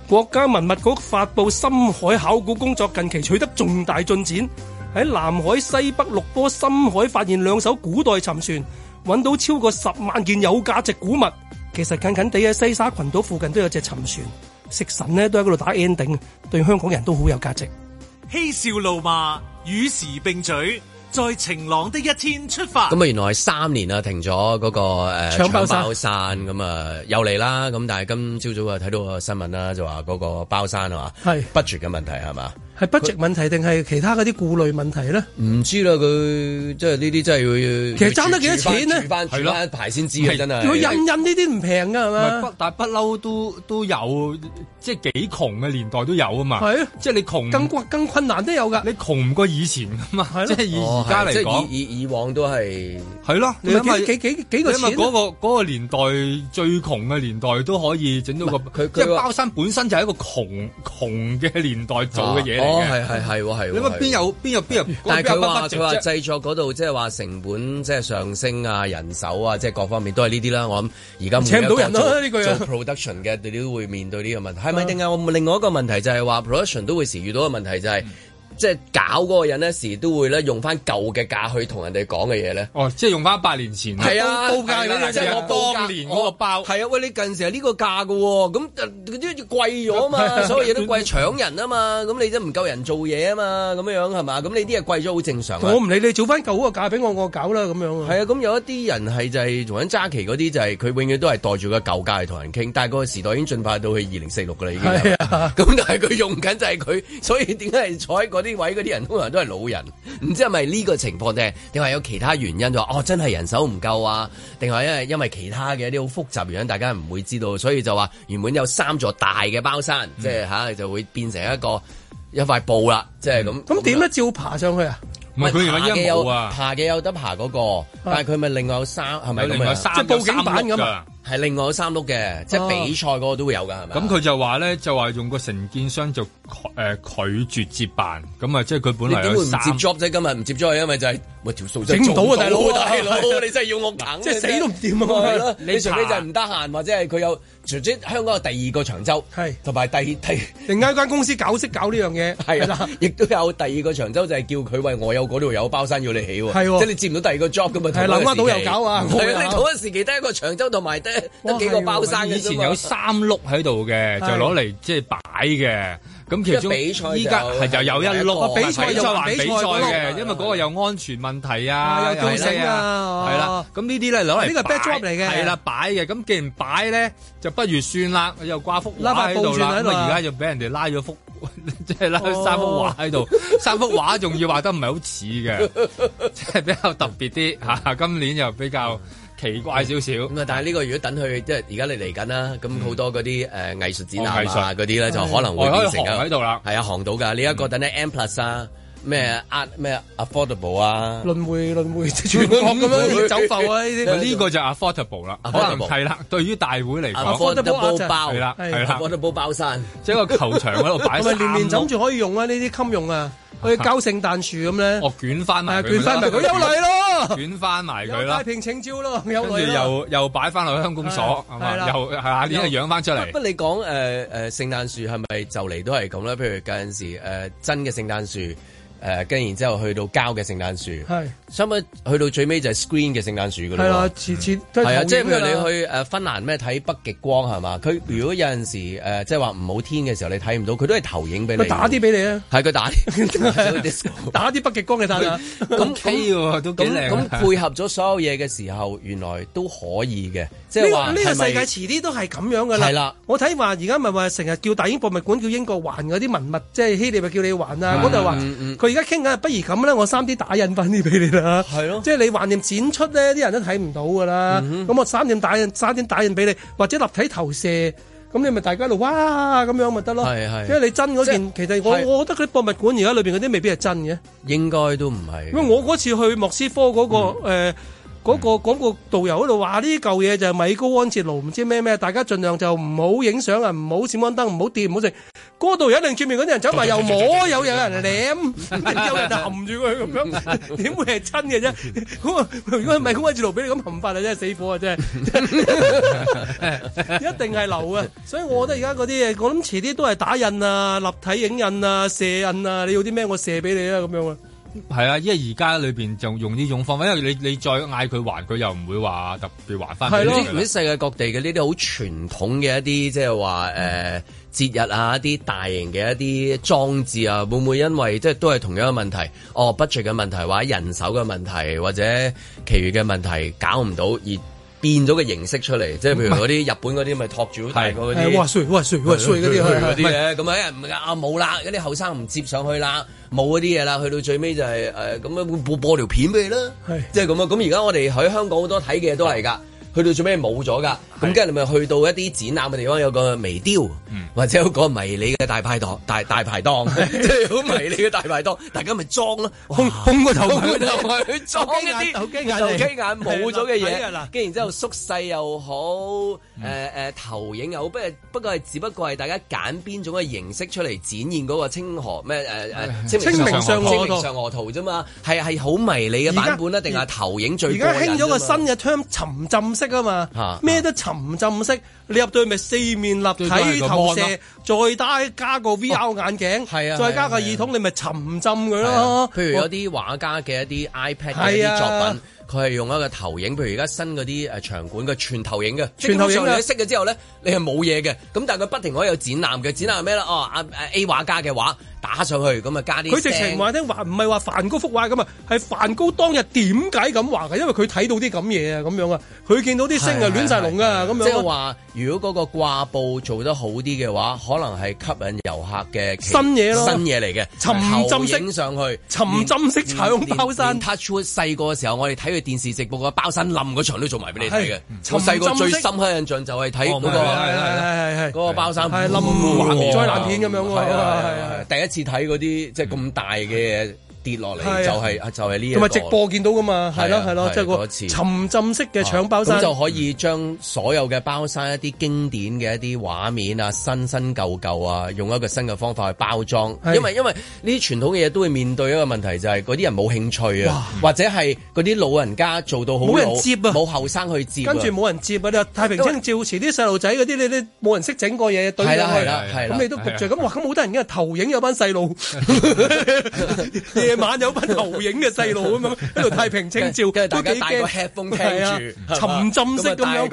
Speaker 4: 國家文物局發布深海考古工作近期取得重大進展，喺南海西北六波深海發現兩艘古代沉船，揾到超過十萬件有價值古物。其實近近地喺西沙群島附近都有隻沉船，食神呢都喺嗰度打 ending，對香港人都好有價值。
Speaker 1: 嬉笑怒罵，與時並舉，在晴朗的一天出發。
Speaker 2: 咁啊，原來係三年啊停咗嗰、個誒
Speaker 4: 搶包山
Speaker 2: 包山咁啊，又嚟啦。咁但係今朝早啊睇到個新聞啦，就話嗰個包山係嘛
Speaker 4: 係
Speaker 2: budget 嘅問題係嘛？
Speaker 4: 係 budget 問題定係其他嗰啲顧慮問題咧？
Speaker 2: 唔知啦，佢即係呢啲真係要
Speaker 4: 其實爭得幾多錢呢
Speaker 2: 住翻住翻一排先知啊！真係
Speaker 4: 佢印印呢啲唔平噶係
Speaker 6: 唔係
Speaker 4: 嘛
Speaker 6: 不？但係不嬲都都有，啊即係幾窮嘅年代都有啊嘛。
Speaker 4: 係啊
Speaker 6: 即係你窮
Speaker 4: 更困更困難都有㗎。
Speaker 6: 你窮唔過以前㗎嘛，即係以
Speaker 2: 哦
Speaker 6: 而家
Speaker 2: 係即
Speaker 6: 嚟
Speaker 2: 係
Speaker 6: 講。
Speaker 2: 以以以往都係
Speaker 6: 係咯，你諗下
Speaker 4: 咪幾幾幾幾個
Speaker 6: 你諗下
Speaker 4: 錢
Speaker 6: 嗰個嗰個年代最窮嘅年代都可以整到個，即係包山本身就係一個窮窮嘅年代做嘅嘢嚟嘅。
Speaker 2: 哦，係係係喎係喎。
Speaker 6: 你話邊有邊有邊有？
Speaker 2: 但係佢話
Speaker 6: 話
Speaker 2: 佢話製作嗰度即係話成本即係上升啊、人手啊，即係各方面都係呢啲啦。我諗而家每一個
Speaker 4: 請唔到人咯
Speaker 2: 做
Speaker 4: 呢句啊
Speaker 2: 做 production 嘅，你都會面對呢個問題。係咪定係我另外一個問題就係話 production 都會時遇到嘅問題就係、即係搞嗰個人咧，時都會咧用翻舊嘅價去同人哋講嘅嘢咧。
Speaker 6: 哦，即係用翻八年前
Speaker 2: 係啊，
Speaker 6: 報價嗰啲
Speaker 2: 即係我報價
Speaker 6: 當年嗰個包。
Speaker 2: 係啊，喂，你近時係呢個價嘅喎，咁呃嗰啲貴咗啊嘛，所有嘢都貴，搶人啊嘛，咁你都唔夠人做嘢啊嘛，咁樣樣係嘛，咁你啲嘢貴咗好正常啊
Speaker 4: 我。唔理你做翻舊個價俾我，我搞啦咁樣啊。
Speaker 2: 係啊，咁有一啲人係就係同緊揸旗嗰啲，就係佢永遠都係袋住個舊價嚟同人傾，但係個時代已經進化到去二零四六噶啦，已經係啊。咁但係佢用緊就係佢，所以點解係坐喺嗰啲位嗰啲人通常都係老人？唔知係咪呢個情況定係定係有其他原因？就話哦，真係人手唔夠啊，定係因為因為其他嘅一啲好複雜原因，大家唔會知道，所以就話原本有三座大嘅包山，即係嚇就會變成一個一塊布啦，即係咁。
Speaker 4: 咁點咧？照爬上去啊？
Speaker 6: 唔係佢而家一冇啊哦
Speaker 2: 爬嘅有得爬嗰個，但係佢咪另外有三係咪
Speaker 6: 有
Speaker 2: 咁
Speaker 6: 另外
Speaker 2: 啊
Speaker 6: 三
Speaker 4: 即係報警版咁
Speaker 6: 有三碌
Speaker 4: 啊
Speaker 6: 㗎
Speaker 2: 係另外三碌嘅，即係比賽嗰個都會有㗎，係咪？
Speaker 6: 咁佢就話咧，就話用個承建商就誒、呃拒絕接辦，咁啊，即係佢本
Speaker 2: 你
Speaker 6: 來
Speaker 2: 點
Speaker 6: 有
Speaker 2: 會唔
Speaker 6: 三
Speaker 2: 接 job 啫？今日唔接 job 係因為就係喂條數真係
Speaker 6: 整唔到啊
Speaker 2: 做
Speaker 6: 大
Speaker 2: 大
Speaker 6: 佬
Speaker 2: 佬
Speaker 6: 啊 *laughs*
Speaker 2: 你真係要我等，
Speaker 6: 即係死都唔掂啊
Speaker 2: 係咯，
Speaker 6: 你
Speaker 2: 你除非
Speaker 6: 查
Speaker 2: 就係唔得閒，或者係佢有，除非香港有第二個長洲，係同埋第第
Speaker 4: 另一間公司搞識搞呢樣嘢，
Speaker 2: 係啦，啊亦都有第二個長洲就係叫佢喂我有嗰度有包山要你起喎，
Speaker 4: 係喎
Speaker 2: 即係你接唔到第二個 job 咁啊，
Speaker 4: 係
Speaker 2: 同一個
Speaker 4: 諗下到
Speaker 2: 時期
Speaker 4: 又搞啊
Speaker 2: 係
Speaker 4: 我
Speaker 2: 啊，
Speaker 4: 有
Speaker 2: 你同一時期得一個長洲同埋得得幾個包山嘅
Speaker 6: 以
Speaker 2: 啫嘛
Speaker 6: 前有三碌喺度嘅，就
Speaker 2: 係
Speaker 6: 攞嚟即係擺嘅。咁其中
Speaker 2: 一比賽就
Speaker 6: 依家係就有一
Speaker 2: 哦
Speaker 6: 碌
Speaker 2: 比賽
Speaker 6: 就
Speaker 2: 就
Speaker 6: 還
Speaker 2: 還
Speaker 6: 比
Speaker 2: 比
Speaker 6: 賽
Speaker 2: 賽
Speaker 6: 嘅，
Speaker 2: 嗰
Speaker 6: 因
Speaker 2: 碌
Speaker 6: 為嗰個有安全問題啊，
Speaker 4: 啊有吊繩啊
Speaker 6: 係啦
Speaker 4: 哦。
Speaker 6: 咁呢啲咧攞嚟
Speaker 4: 呢個 back job 嚟嘅
Speaker 6: 係啦擺嘅。咁既然擺咧，就不如算啦，又掛幅
Speaker 4: 拉
Speaker 6: 畫
Speaker 4: 塊
Speaker 6: 喺度啦。
Speaker 4: 布
Speaker 6: 咁
Speaker 4: 轉喺度
Speaker 6: 啊
Speaker 4: 啊
Speaker 6: 而家就俾人哋拉咗幅， *laughs* 即係拉咗三幅畫喺度，三幅畫仲要畫得唔係好似嘅。 *laughs* 即係比較特別啲嚇、今年又比較奇怪少少。
Speaker 2: 咁啊，但係呢個如果等佢即係而家你嚟緊啦，
Speaker 4: 嗯
Speaker 2: 咁好多嗰啲誒藝術展
Speaker 6: 哦藝
Speaker 2: 覽啊
Speaker 6: 術
Speaker 2: 嗰啲咧，就可能
Speaker 6: 哦
Speaker 2: 會
Speaker 6: 可
Speaker 2: 變
Speaker 6: 以
Speaker 2: 成一
Speaker 6: 行
Speaker 2: 個
Speaker 6: 喺度嗯啦，
Speaker 2: 係啊，行到㗎。呢一個等咧 M plus 啊，咩 a 咩 affordable 啊，
Speaker 4: 輪迴輪 *laughs* 迴全國咁樣走埠啊！呢啲
Speaker 6: *laughs* 呢個就 affordable 啦，可
Speaker 2: Affordable
Speaker 6: 能係啦。對於大會嚟講
Speaker 2: Affordable
Speaker 4: 啊
Speaker 2: 包
Speaker 6: 係啦係啦，
Speaker 2: ，affordable 包山，
Speaker 6: 即係個球場嗰度
Speaker 4: *laughs*
Speaker 6: 擺
Speaker 4: 同
Speaker 6: 三
Speaker 4: 埋年年
Speaker 6: 碌
Speaker 4: 枕住可以用啊！呢啲襟用啊，去交聖誕樹哦咁咧，
Speaker 6: 我捲翻埋
Speaker 4: 係
Speaker 6: 佢
Speaker 4: 捲翻埋佢有啊嚟咯，
Speaker 6: 捲翻埋佢啦
Speaker 4: 太，平請招咯，
Speaker 6: 跟
Speaker 4: 有
Speaker 6: 住
Speaker 4: 嚟咯。
Speaker 6: 又又擺翻落鄉公所，係嘛？
Speaker 4: 啊係啦
Speaker 6: 又係下年又養翻出嚟
Speaker 2: 不。不，你講誒誒聖誕樹係咪就嚟都係咁咧？譬如有陣時誒、呃真嘅聖誕樹，誒跟然之後去到膠嘅聖誕樹，
Speaker 4: 係
Speaker 2: 差唔多去到最尾就係 screen 嘅聖誕樹㗎啦。
Speaker 4: 係啦，次次都
Speaker 2: 係啊，
Speaker 4: 同
Speaker 2: 即係譬
Speaker 4: 樣㗎
Speaker 2: 如
Speaker 4: 啦
Speaker 2: 你去誒芬蘭咩睇北極光係嘛？佢如果有陣時誒即係話唔好天嘅時候，你睇唔到，佢都係投影俾你。
Speaker 4: 咪打啲俾你啊！
Speaker 2: 係佢打
Speaker 4: *laughs*
Speaker 2: 啲
Speaker 4: 打啲北極光嘅蛋 *laughs* 啊！
Speaker 2: 咁
Speaker 6: K 喎，都幾
Speaker 2: 咁
Speaker 6: 靚
Speaker 2: 咁
Speaker 6: 啊。
Speaker 2: 配合咗所有嘢嘅時候，原來都可以嘅，即
Speaker 4: 呢
Speaker 2: 係
Speaker 4: 個
Speaker 2: 話
Speaker 4: 呢個世界
Speaker 2: 係咪
Speaker 4: 遲啲都係咁樣噶啦。
Speaker 2: 係啦，
Speaker 4: 我睇話而家咪話成日叫大英博物館叫英國還嗰啲文物，即係希臘咪叫你還啊。
Speaker 2: 嗯
Speaker 4: 嗰度話
Speaker 2: 嗯嗯
Speaker 4: 佢而家傾緊，不如咁啦，我三 D 打印翻啲俾你啦。
Speaker 2: 係咯，嗯
Speaker 4: 即係你橫掂展出咧，啲人都睇唔到噶啦。咁我三點打印，三點打印俾你，或者立體投射。咁你咪大家喺度哇咁樣咪得咯，
Speaker 2: 係係
Speaker 4: 因為你真嗰件，其實我
Speaker 2: 係
Speaker 4: 我覺得嗰啲博物館而家裏邊嗰啲未必係真嘅。
Speaker 2: 應該都唔係
Speaker 4: 因為我嗰次去莫斯科嗰、個誒嗰、個嗰、個導遊嗰度話呢嚿嘢就係米高安捷奴唔知咩咩，大家盡量就唔好影相啊，唔好閃光燈，唔好掂，唔好食。嗰個導遊一擰轉面嗰啲人走埋又摸，又有人舐，有人含住佢咁樣， *laughs* 點會係真嘅啫？咁啊如果米高安捷奴俾你咁含法啊，真係死火啊！真係一定係流啊！所以我覺得而家嗰啲嘢，我諗遲啲都係打印啊、立體影印啊、射印啊，你要啲咩我射俾你啦咁樣啊！
Speaker 6: 係啊，因為而家裏邊就用呢種方法，因為你你再嗌佢還，佢又唔會話特別還翻俾
Speaker 2: 係
Speaker 6: 你
Speaker 2: 咯，
Speaker 6: 㗎啦
Speaker 2: 唔知世界各地嘅呢啲好傳統嘅一啲，即係話誒節日啊，一啲大型嘅一啲裝置啊，會唔會因為即係都係同樣嘅問題，哦 budget 嘅問題，或者人手嘅問題，或者其餘嘅問題搞唔到而變咗個形式出嚟，即係譬如嗰啲日本嗰啲咪托住好大個嗰
Speaker 4: 誒
Speaker 2: 啲，
Speaker 4: 哇衰哇衰 *laughs* 哇衰嗰啲係
Speaker 2: 嗰啲咧，咁啊有人唔係啊冇啦，嗰啲後生唔接上去啦，冇嗰啲嘢啦，去到最尾就係誒咁樣播播條片俾你啦，即係咁啊！咁而家我哋喺香港好多睇嘅嘢都係㗎。去到最尾冇咗㗎，咁跟住你咪去到一啲展覽嘅地方，有個微雕，
Speaker 4: 嗯
Speaker 2: 或者有個迷你嘅大排檔，大大排
Speaker 4: *laughs*
Speaker 2: 檔，即係好迷你嘅大排檔，大家咪裝咯，
Speaker 4: *laughs*
Speaker 2: 空
Speaker 4: 空 *laughs* 個頭埋
Speaker 2: 哎個 *laughs* 頭埋去裝一啲
Speaker 4: 手機 *laughs* 眼
Speaker 2: 手機
Speaker 4: 手機
Speaker 2: 眼
Speaker 4: 眼嚟
Speaker 2: 冇咗嘅
Speaker 4: 係
Speaker 2: 嘢
Speaker 4: 啦，嗯
Speaker 2: 跟然之後縮細又好，誒誒投影又好，不過不過係只不過係大家揀邊種嘅形式出嚟展現嗰個清河咩誒誒
Speaker 4: 清明上河
Speaker 2: 清
Speaker 4: 圖
Speaker 2: 明上河圖啫嘛，係係好迷你嘅版本啦，定係投影最
Speaker 4: 而家興咗個新
Speaker 2: 過癮啫嘛
Speaker 4: 嘅 term 沉浸式啊嘛
Speaker 2: 嚇，
Speaker 4: 咩都沉浸式，你入到去咪四面立
Speaker 2: 最多係
Speaker 4: 體
Speaker 2: 個
Speaker 4: 投
Speaker 2: mon
Speaker 4: 射，再加加個 VR 眼鏡，
Speaker 2: 啊
Speaker 4: 再加個
Speaker 2: 係啊
Speaker 4: 耳筒，你咪沉浸佢
Speaker 2: 係啊
Speaker 4: 咯。
Speaker 2: 譬如有啲畫家嘅一啲 iPad 嘅一
Speaker 4: 係
Speaker 2: 啲
Speaker 4: 啊
Speaker 2: 作品。佢係用一個投影，譬如而家新嗰啲誒場館嘅全投影嘅，
Speaker 4: 全投影啊
Speaker 2: 基本上你一熄咗之後咧，你係冇嘢嘅。咁但係佢不停可以有展覽嘅，展覽係咩咧？哦，啊啊 A 畫家嘅畫打上去，咁啊加啲
Speaker 4: 佢直
Speaker 2: 聲
Speaker 4: 情話咧話唔係話梵高幅畫咁啊，係梵高當日點解咁畫嘅？因為佢睇到啲咁嘢啊，咁樣啊，佢見到啲星啊
Speaker 2: 係
Speaker 4: 亂晒龍啊，咁樣啊。
Speaker 2: 即係話，如果嗰個掛布做得好啲嘅話，可能係吸引遊客嘅其
Speaker 4: 新嘢咯
Speaker 2: 新嘢嚟嘅，
Speaker 4: 沉浸式
Speaker 2: 投影上去，
Speaker 4: 沉浸式搶包山
Speaker 2: 山。touch wood 細個嘅時候，我哋睇佢電視直播個包山冧嗰場都做埋俾你睇嘅
Speaker 4: 係。
Speaker 2: 我細個
Speaker 4: 沉浸
Speaker 2: 最
Speaker 4: 式
Speaker 2: 深刻印象就係睇嗰個
Speaker 4: 係哦係係係係
Speaker 2: 嗰個包山
Speaker 4: 係冧
Speaker 2: 哇
Speaker 4: 災難片咁樣喎
Speaker 2: 係啊
Speaker 4: 係啊係啊
Speaker 2: 係啊第一次睇嗰啲即係咁大嘅跌落嚟
Speaker 4: 係啊
Speaker 2: 就係就係呢一個
Speaker 4: 同埋直播見到噶嘛，係咯係咯，即係
Speaker 2: 嗰
Speaker 4: 個
Speaker 2: 次
Speaker 4: 沉浸式嘅搶包山
Speaker 2: 咁，就可以將所有嘅包山一啲經典嘅一啲畫面啊，新新舊舊啊，用一個新嘅方法去包裝。
Speaker 4: 係
Speaker 2: 因為因為呢啲傳統嘅嘢都會面對一個問題，就係嗰啲人冇興趣啊，或者係嗰啲老人家做到好
Speaker 4: 冇人
Speaker 2: 老
Speaker 4: 接啊
Speaker 2: 冇後生去接啊，
Speaker 4: 跟住冇人接啊！你話太平清照遲啲細路仔嗰啲，你你冇人識整個嘢對
Speaker 2: 係啦
Speaker 4: 上去
Speaker 2: 係啦係啦
Speaker 4: 咁你都
Speaker 2: 係啊
Speaker 4: 焗住咁哇！咁好多人嘅投影有班細路，夜晚有班投影嘅細路咁樣喺度太平清照，
Speaker 2: 跟住大
Speaker 4: 都
Speaker 2: 家
Speaker 4: 幾
Speaker 2: 戴個
Speaker 4: 驚
Speaker 2: headphone
Speaker 4: 係啊
Speaker 2: 聽住，
Speaker 4: 沉浸式
Speaker 2: 咁啊戴
Speaker 4: 咁樣。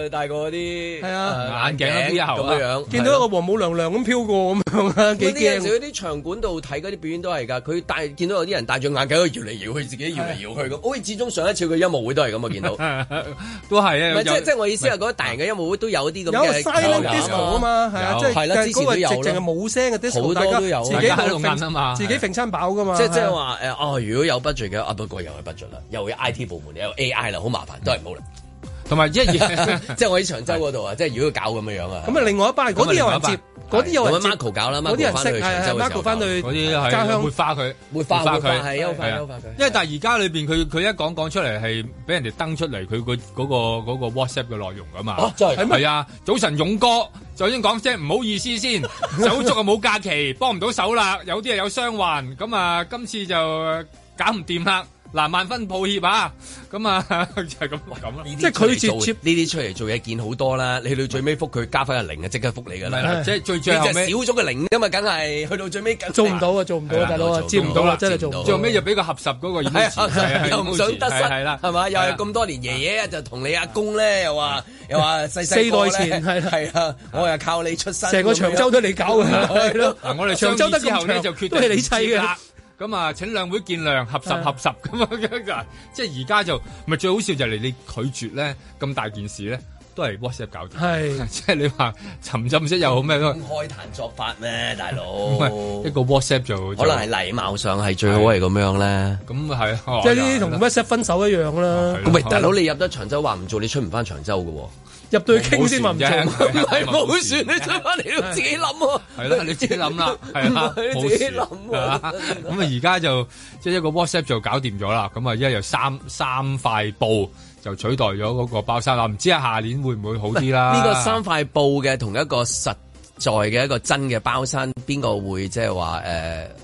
Speaker 2: 個戴個啲呃
Speaker 4: 係啊
Speaker 2: 眼鏡咁樣樣，
Speaker 4: 見到一個黃母娘娘咁飄過咁樣啊，幾
Speaker 2: 嗰啲有
Speaker 4: 驚！
Speaker 2: 時嗰啲場館度睇嗰啲表演都係㗎，佢戴見到有啲人戴住眼鏡，佢搖嚟搖去，自己搖嚟搖去咁。好似始終上一次佢音樂會都係咁啊，見
Speaker 4: *laughs*
Speaker 2: 到。
Speaker 6: 都係
Speaker 2: 唔
Speaker 6: 啊，
Speaker 2: 係即係即係我意思係嗰啲大型嘅音樂會都有啲咁
Speaker 4: 有
Speaker 2: 嘅
Speaker 4: silent
Speaker 2: 感
Speaker 4: disco 啊嘛，係啊，即
Speaker 2: 係啦，
Speaker 4: 係
Speaker 2: 之
Speaker 4: 嗰
Speaker 2: 前
Speaker 4: 個
Speaker 2: 都
Speaker 4: 直
Speaker 2: 有
Speaker 4: 情係
Speaker 2: 啦。
Speaker 4: 冇聲嘅
Speaker 2: 好
Speaker 4: disco，
Speaker 2: 多
Speaker 4: 大家
Speaker 2: 都有
Speaker 4: 自己
Speaker 2: 大家喺度
Speaker 4: 揈
Speaker 2: 摁啊嘛
Speaker 4: 自己揈餐飽噶嘛，
Speaker 2: 即係即係
Speaker 4: 係啊
Speaker 2: 話誒哦，如果有 budget 嘅啊，不過又係 budget 啦，又有 I T 部門，又有 A I 啦，好麻煩，都係冇啦。
Speaker 6: 同埋一
Speaker 2: 即係我喺長洲嗰度啊，即係如果搞咁樣樣啊，
Speaker 4: 咁啊，另外一班嗰啲有人接，嗰啲有人接
Speaker 2: 咁啊 Marco 搞啦
Speaker 4: 嗰啲人
Speaker 2: Marco
Speaker 4: 識
Speaker 2: 返去長洲
Speaker 4: 係
Speaker 2: 嘅時
Speaker 4: Marco
Speaker 2: 候
Speaker 4: 翻去
Speaker 6: *laughs* 嗰啲係
Speaker 4: 家鄉
Speaker 6: 活化佢，
Speaker 2: 活化
Speaker 6: 活化
Speaker 2: 活
Speaker 6: 佢
Speaker 2: 化係優化
Speaker 6: 係啊
Speaker 2: 優化佢
Speaker 6: 因為但係而家裏邊佢佢一講講出嚟係俾人哋登出嚟佢個嗰個嗰個 WhatsApp 嘅內容噶嘛，
Speaker 2: 哦真係
Speaker 6: 係啊！早晨勇哥首先講聲唔好意
Speaker 2: *laughs*
Speaker 6: 思先，手足啊冇假期，幫唔到手啦，有啲啊有傷患，咁啊今次就搞唔掂啦。嗱，萬分抱歉啊！咁啊， *laughs* 就係咁咁啦。
Speaker 2: 即係佢直接呢啲出嚟做嘢見好多啦，你到最尾覆佢加翻個零啊，即刻覆你噶
Speaker 6: 係啦
Speaker 2: 啦，
Speaker 6: 即係最最後
Speaker 2: 你
Speaker 6: 尾
Speaker 2: 就少咗個零噶嘛，梗係去到最尾
Speaker 4: 做唔到啊，做唔到啊，大佬啊，接唔到啦，真係做唔
Speaker 6: 最
Speaker 4: 到
Speaker 6: 後。尾就俾個合十嗰個 emoji，係啊
Speaker 2: 係哎又唔想得
Speaker 6: emoji，
Speaker 2: 失，
Speaker 6: 係係啦，
Speaker 2: 係嘛？又
Speaker 6: 係
Speaker 2: 係
Speaker 6: 啊
Speaker 2: 咁多年，爺爺就同你阿公咧，又話又話細細
Speaker 4: 四
Speaker 2: 個
Speaker 4: 代
Speaker 2: 呢
Speaker 4: 前係啦
Speaker 2: 係啦，我又靠你出身，
Speaker 4: 成個長洲都係你搞嘅係咯
Speaker 6: *laughs* 嗱，我哋長
Speaker 4: 長洲
Speaker 6: 洲得
Speaker 4: 得咁
Speaker 6: 之後咧
Speaker 4: 長
Speaker 6: 就決定
Speaker 4: 都係你砌嘅
Speaker 6: 唔接啦。咁啊，請兩會見諒，合十
Speaker 4: 係啊
Speaker 6: 合十 *laughs* 咁樣嗱，即係而家就咪最好笑就係你拒絕咧咁大件事咧，都係 WhatsApp 搞掂。
Speaker 4: 係，哦
Speaker 6: 即係你話沉浸式又好咩都
Speaker 2: 咁，開壇作法咩，大佬？
Speaker 6: 唔係一個 WhatsApp 就
Speaker 2: 可能係禮貌上係最好係咁樣咧。
Speaker 6: 咁係啊，
Speaker 4: *laughs* 即係呢啲同啊 WhatsApp 分手一樣啦。
Speaker 2: 咁喂，大佬你入得長洲話唔做，你出唔翻長洲嘅喎。
Speaker 4: 入到去傾先話唔做，
Speaker 2: *laughs* 唔
Speaker 6: *laughs*
Speaker 2: 係冇船，你出翻嚟都自己諗喎。
Speaker 6: 係啦，你自己
Speaker 2: *laughs*
Speaker 6: 諗啦，係啦，
Speaker 2: 你
Speaker 6: 冇
Speaker 2: 自己
Speaker 6: 事
Speaker 2: 諗
Speaker 6: 係
Speaker 2: 喎
Speaker 6: 嘛。 *laughs* 咁啊，而家就即係一個 WhatsApp 就搞掂咗啦。咁啊，而家有三三塊布就取代咗嗰個包山啦。唔知啊，下年會唔會好啲啦？
Speaker 2: 呢個三塊布嘅同一個實在嘅一個真嘅包山，邊個會即係話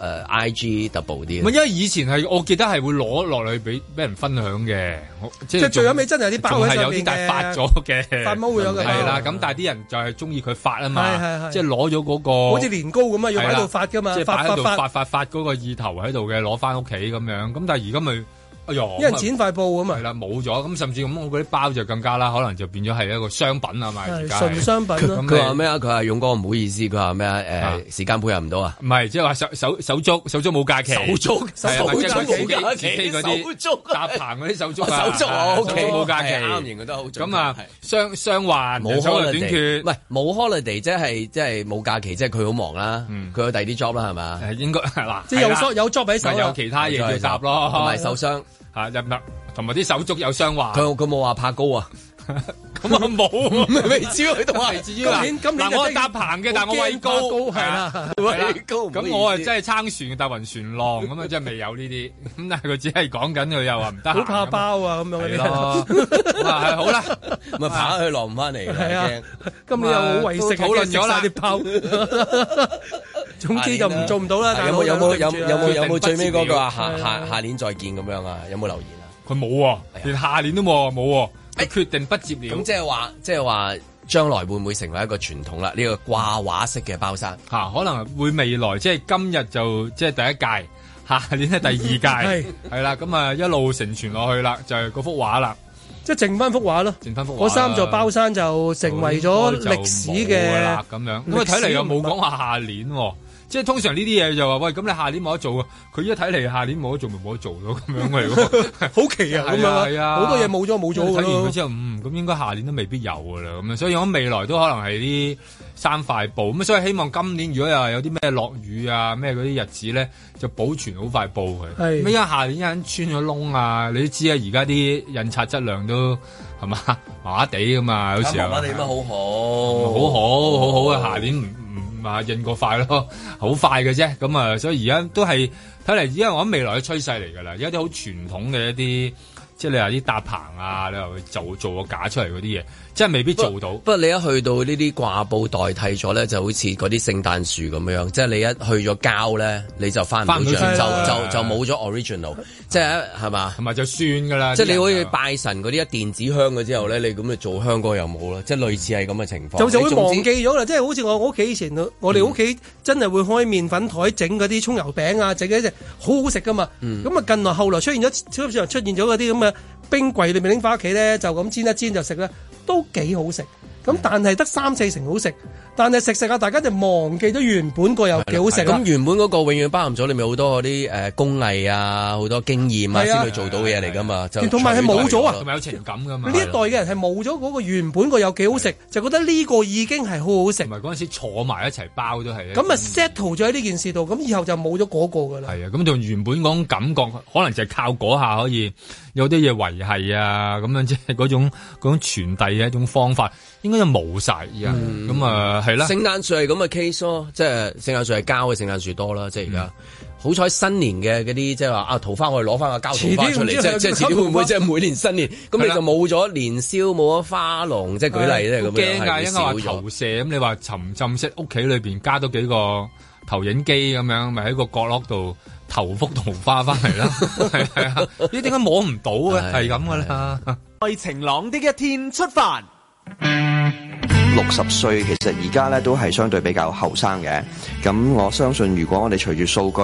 Speaker 2: 誒誒 I G double 啲啊
Speaker 6: 唔係，因為以前係我記得係會攞落嚟俾俾人分享嘅，我即
Speaker 4: 即係最後尾真係有
Speaker 6: 仲
Speaker 4: 啲包喺
Speaker 6: 仲係
Speaker 4: 上
Speaker 6: 有
Speaker 4: 面
Speaker 6: 啲但係
Speaker 4: 嘅
Speaker 6: 發咗嘅，
Speaker 4: *laughs* 發毛會有嘅
Speaker 6: 係啦。
Speaker 4: 包
Speaker 6: 咁但係啲人就係中意佢發啊
Speaker 4: 係係
Speaker 6: 嘛，
Speaker 4: 係
Speaker 6: 即係攞咗嗰個，
Speaker 4: 好似年糕咁啊，要
Speaker 6: 係
Speaker 4: 擺
Speaker 6: 啦
Speaker 4: 喺度發噶嘛
Speaker 6: 即係，
Speaker 4: 發
Speaker 6: 擺喺
Speaker 4: 發
Speaker 6: 度
Speaker 4: 發
Speaker 6: 發，發發嗰個意頭喺度嘅，攞翻屋企咁樣。咁但係而家咪，哎呀，
Speaker 4: 一人剪塊布咁
Speaker 6: 係啦，冇咗。咁甚至咁，我嗰啲包就更加啦，可能就變咗係一個商品啊嘛，而
Speaker 4: 啊，
Speaker 6: 家係
Speaker 4: 純商品咯。
Speaker 2: 佢話咩啊？佢話勇哥唔好意思，佢話咩啊？誒時間配合唔到啊！
Speaker 6: 唔係，即係話手手手足 *laughs* 手足冇假期，
Speaker 2: 手足
Speaker 6: 係啊
Speaker 2: 手足
Speaker 6: 即係佢自己
Speaker 2: 冇假
Speaker 6: 自
Speaker 2: 期
Speaker 6: 己嗰啲
Speaker 2: 手足
Speaker 6: 搭棚嗰啲手足啊
Speaker 2: 手足啊
Speaker 6: 手足
Speaker 2: OK
Speaker 6: 冇假期，
Speaker 2: 係啱型嘅都好準確
Speaker 6: 咁啊
Speaker 2: 係，
Speaker 6: 雙雙環
Speaker 2: 冇
Speaker 6: 人手又短
Speaker 2: holiday，
Speaker 6: 缺
Speaker 2: 唔，係冇 holiday，即係即係冇假期，即係佢好忙啦，
Speaker 6: 嗯
Speaker 2: 佢有第二啲 job 啦，係嘛？
Speaker 6: 誒應該 *laughs* 嗱，
Speaker 4: 即係有
Speaker 6: 係啦
Speaker 4: 梳有 job 喺手
Speaker 6: 咪
Speaker 4: 啦
Speaker 6: 有其他嘢要搭咯，
Speaker 2: 同埋受傷
Speaker 6: 嚇入入，同埋啲手足有雙環，
Speaker 2: 佢佢冇話怕高
Speaker 6: *laughs*
Speaker 2: 啊，
Speaker 6: 咁啊冇，
Speaker 2: 未至於去到啊
Speaker 6: 未至於啦。
Speaker 2: 今年今年
Speaker 6: 嗱，我
Speaker 2: 就真係
Speaker 6: 係搭棚嘅，但我畏
Speaker 2: 好
Speaker 6: 高，
Speaker 2: 驚怕高係啦
Speaker 6: 係
Speaker 2: 畏高唔好意
Speaker 6: 咁
Speaker 2: 思
Speaker 6: 我啊真係撐船搭暈船浪，咁啊真係未有呢啲。咁但係佢只係講緊佢又話唔得閒咁
Speaker 4: 好
Speaker 6: 啊，
Speaker 4: 怕包啊咁樣嗰
Speaker 6: 係
Speaker 4: 啲。
Speaker 6: 咯，咁啊係好啦，
Speaker 2: 咪爬去落唔翻嚟啦
Speaker 4: *laughs* 係啊
Speaker 2: 驚，
Speaker 4: 今年又好為食啊，
Speaker 6: 都討論
Speaker 4: 驚食
Speaker 6: 咗啦
Speaker 4: 晒啲包。總之就唔做唔到啦。
Speaker 2: 有冇有冇有
Speaker 6: 啊
Speaker 2: 有冇有冇最尾嗰句話
Speaker 4: 啊？
Speaker 2: 下下下年再見咁樣啊？有冇留言啊？
Speaker 6: 佢冇喎，連下年都冇喎冇喎，佢決定不接了
Speaker 2: 咁。即係話，即係話，將來會唔會成為一個傳統啦？呢、個掛畫式嘅包山，
Speaker 6: 嚇、可能會未來即係今日就即係第一屆，下年係第
Speaker 4: *laughs*
Speaker 6: 二屆，係啦，咁啊一路承傳落去啦，就係嗰幅畫啦，
Speaker 4: 即係剩翻幅畫咯，
Speaker 6: 剩翻幅畫啦
Speaker 4: 嗰三座包山就成為咗歷史嘅
Speaker 6: 啦咁樣。咁啊睇嚟又冇講話下年喎、即係通常呢啲嘢就話喂，咁你下年冇得做啊！佢一睇嚟下年冇得做，咪冇得做咯，咁樣嚟喎。
Speaker 4: *laughs* 好奇啊咁
Speaker 6: 係啊
Speaker 4: 樣
Speaker 6: 係啊，
Speaker 4: 好多嘢冇咗冇咗㗎咯
Speaker 6: 睇完佢之後，嗯，咁應該下年都未必有噶啦，咁樣，所以我未來都可能係呢三塊布，咁啊所以希望今年如果又有啲咩落雨啊咩嗰啲日子咧，就保存好塊布佢。
Speaker 4: 係
Speaker 6: 咁因為下年有人穿咗窿啊，你都知啊，而家啲印刷質量都係嘛
Speaker 2: 啊
Speaker 6: 麻麻地噶嘛，有時
Speaker 2: 麻
Speaker 6: 候
Speaker 2: 麻地乜好好，
Speaker 6: 好好好好啊，下年唔唔唔嘛，印過快咯，好快嘅啫。咁啊，所以而家都係睇嚟，因為我諗未來嘅趨勢嚟㗎啦，有啲好傳統嘅一啲。即係你話啲搭棚啊，你話會做做個架出嚟嗰啲嘢，即係未必做到。
Speaker 2: 不過你一去到呢啲掛布代替咗咧，就好似嗰啲聖誕樹咁樣，即係你一去咗膠咧，你就翻唔到
Speaker 6: 返唔
Speaker 2: 轉，
Speaker 6: 到
Speaker 2: 就
Speaker 6: 轉啦
Speaker 2: 就就冇咗 original，即係係嘛？
Speaker 6: 同埋就算㗎啦
Speaker 2: 即係
Speaker 6: 啲
Speaker 2: 你
Speaker 6: 人啊
Speaker 2: 好似拜神嗰啲一電子香嘅之後咧，你咁就做香歌又冇啦，即係類似係咁嘅情況。
Speaker 4: 就就會
Speaker 2: 哦你總之
Speaker 4: 忘記咗啦，即係好似我我屋企以前，我哋屋企真係會開麵粉台整嗰啲葱油餅啊，整嗰啲好好食噶嘛。
Speaker 2: 嗯
Speaker 4: 咁啊近來後來出現咗超級市場出現咗嗰啲咁嘅冰櫃裏面拎翻屋企咧，就咁煎一煎就食咧，都幾好食。咁但係得三四成好食，但係食食下大家就忘記咗原本個有幾好食啊啦
Speaker 2: 咁。原本嗰個永遠包含咗裏面好多嗰啲誒工藝啊，好多經驗啊，
Speaker 4: 係啊
Speaker 2: 先去做到嘅嘢嚟㗎嘛。就
Speaker 4: 同埋係冇咗
Speaker 2: 取
Speaker 4: 啊
Speaker 2: 代
Speaker 4: 同
Speaker 6: 咪有情感㗎嘛。
Speaker 4: 呢一代嘅人係冇咗嗰個原本個有幾好食，就覺得呢個已經係好好食。
Speaker 6: 同埋嗰陣時坐埋一齊包都係。
Speaker 4: 咁啊 settle 咗喺呢件事度，咁以後就冇咗嗰個噶啦。
Speaker 6: 係啊，咁就原本嗰種感覺，可能就係靠嗰下可以有啲嘢維係啊，咁樣即係嗰種嗰種傳遞嘅一種方法，應該就冇晒而家。
Speaker 2: 嗯
Speaker 6: 咁啊係啦，
Speaker 2: 聖誕樹係咁嘅 case 咯，即係聖誕樹係膠嘅聖誕樹多啦，即係而家。好彩新年嘅嗰啲即係話啊桃花，我哋攞翻個膠桃花出嚟，
Speaker 6: 遲啲唔知
Speaker 2: 即係即係遲啲
Speaker 6: 有冇
Speaker 2: 會唔會
Speaker 6: 膠
Speaker 2: 即
Speaker 6: 桃花
Speaker 2: 係每年新年咁你
Speaker 6: 係啦
Speaker 2: 就冇咗年宵冇咗花籠，即係舉例咧
Speaker 6: 都
Speaker 2: 咁樣
Speaker 6: 驚㗎，
Speaker 2: 係
Speaker 6: 因為話
Speaker 2: 會少咗
Speaker 6: 投。射咁，你話沉浸式屋企裏邊加多幾個投影機咁樣，咪喺個角落度投幅桃花翻嚟
Speaker 2: *laughs*
Speaker 6: 啦。係係啊，咦？點解摸唔到嘅？係咁噶啦。
Speaker 5: 在晴朗的一天出發。
Speaker 15: 六十歲其實而家咧都係相對比較後生嘅，咁我相信如果我哋隨住數據